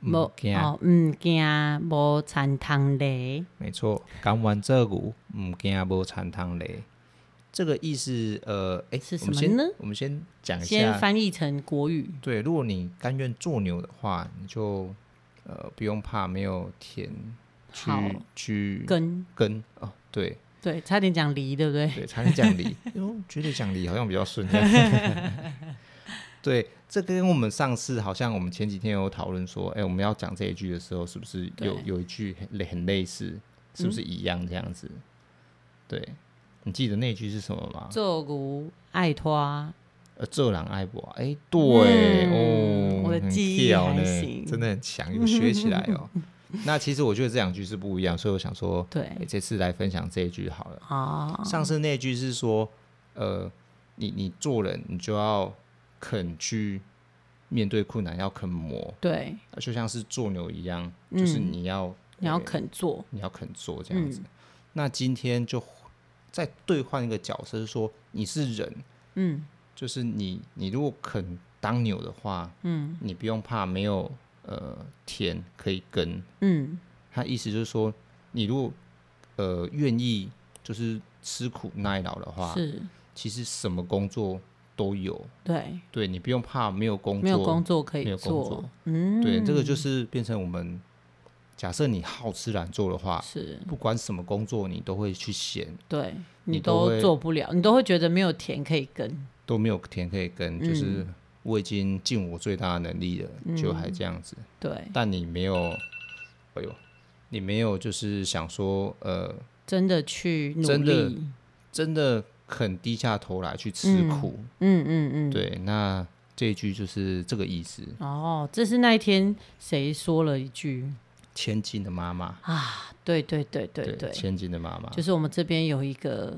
无
唔惊，
哦，唔惊无残汤雷。
没错，甘愿做牛，唔惊无残汤雷。这个意思，呃，哎，
是
我们
什么
先
呢
我们先讲一
先
下，
翻译成国语，
对，如果你甘愿做牛的话，你就呃不用怕没有田去
好
去
跟
耕哦，对
对，差点讲梨，对不对？ [laughs]
对，差点讲理，因为我觉得讲理好像比较顺。
[laughs]
对，这跟我们上次好像我们前几天有讨论说，哎、我们要讲这一句的时候，是不是有
对嗯
有一句很类很类似，是不是一样这样子？对，你记得那句是什么吗？
做牛爱拖，
呃，这狼爱我，哎、对、
嗯
哦，
我的
很
记忆
跳
还
呢
行
真的很强，有学起来
[laughs]
哦。那其实我觉得这两句是不一样，所以我想说，哎、
对
这次来分享这一句好了。
啊，
上次那句是说，呃，你你做人，你就要肯去面对困难，要肯磨，
对，
就像是做牛一样，就是
嗯
你要、
你要
呃
肯嗯做，
你要肯做这样子。那今天就再兑换一个角色，是说你是人，
嗯
就是你你如果肯当牛的话，
嗯
你不用怕没有呃田可以耕。
嗯
他意思就是说，你如果呃愿意就是吃苦耐劳的话，
是，
其实什么工作都有，
对，
对你不用怕没有工作，
没有工作可
没
以
有工
做
作，
嗯，
对这个就是变成我们假设你好吃懒做的话，
是
不管什么工作你都会去嫌
对，
你
你
都
都
会
做不了，你都会觉得没有田可以耕，
都没有田可以耕，
嗯
就是我已经尽我最大的能力了，就还这样子。
对，
但你没有，哎呦，你没有就是想说，呃，
真的去努
真的
力，
真的肯低下头来去吃
嗯
苦，
嗯嗯嗯，
对，那这一句就是这个意思。
哦，这是那一天谁说了一句
千金的妈妈，
啊？对对对对对，
千金的妈妈，
就是我们这边有一个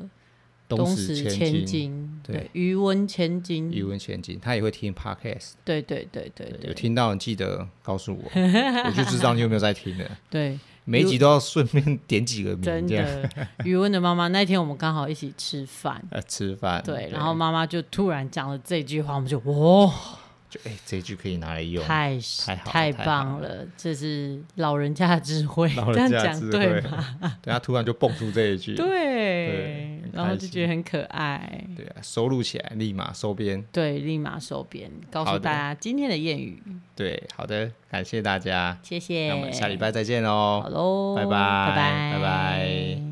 石
石千
千，
金，
对
对，余温千金，
余文千金，他也会听 podcast。
对对对对
有
对
听到你记得告
[laughs]
诉我，我就知道你有没有在听了。
对，
每一集都要顺便点几个名
真
这样，
的。余温的妈妈那天我们刚好一起吃
[laughs]
饭，
呃，吃饭。
对，然后妈妈就突然讲了这句话，我们就哇，
就哎、这一句可以拿来用。
太
太好了
太
太好
棒了，这是老人家的智慧，
[laughs] 老
这样
人家的
讲
智
对
慧 [laughs]
吗？，
对他突然就蹦出这一 [laughs] 句，
对
对很，
然后
开
就
心
觉得很可爱。
对啊，收录起来，立马收编。
对，立马收编，告诉
好的
大家今天的谚语，
对，好的，感谢大家，
谢谢。
那我们下礼拜再见喽，哦
好喽，
拜拜
拜拜，
拜拜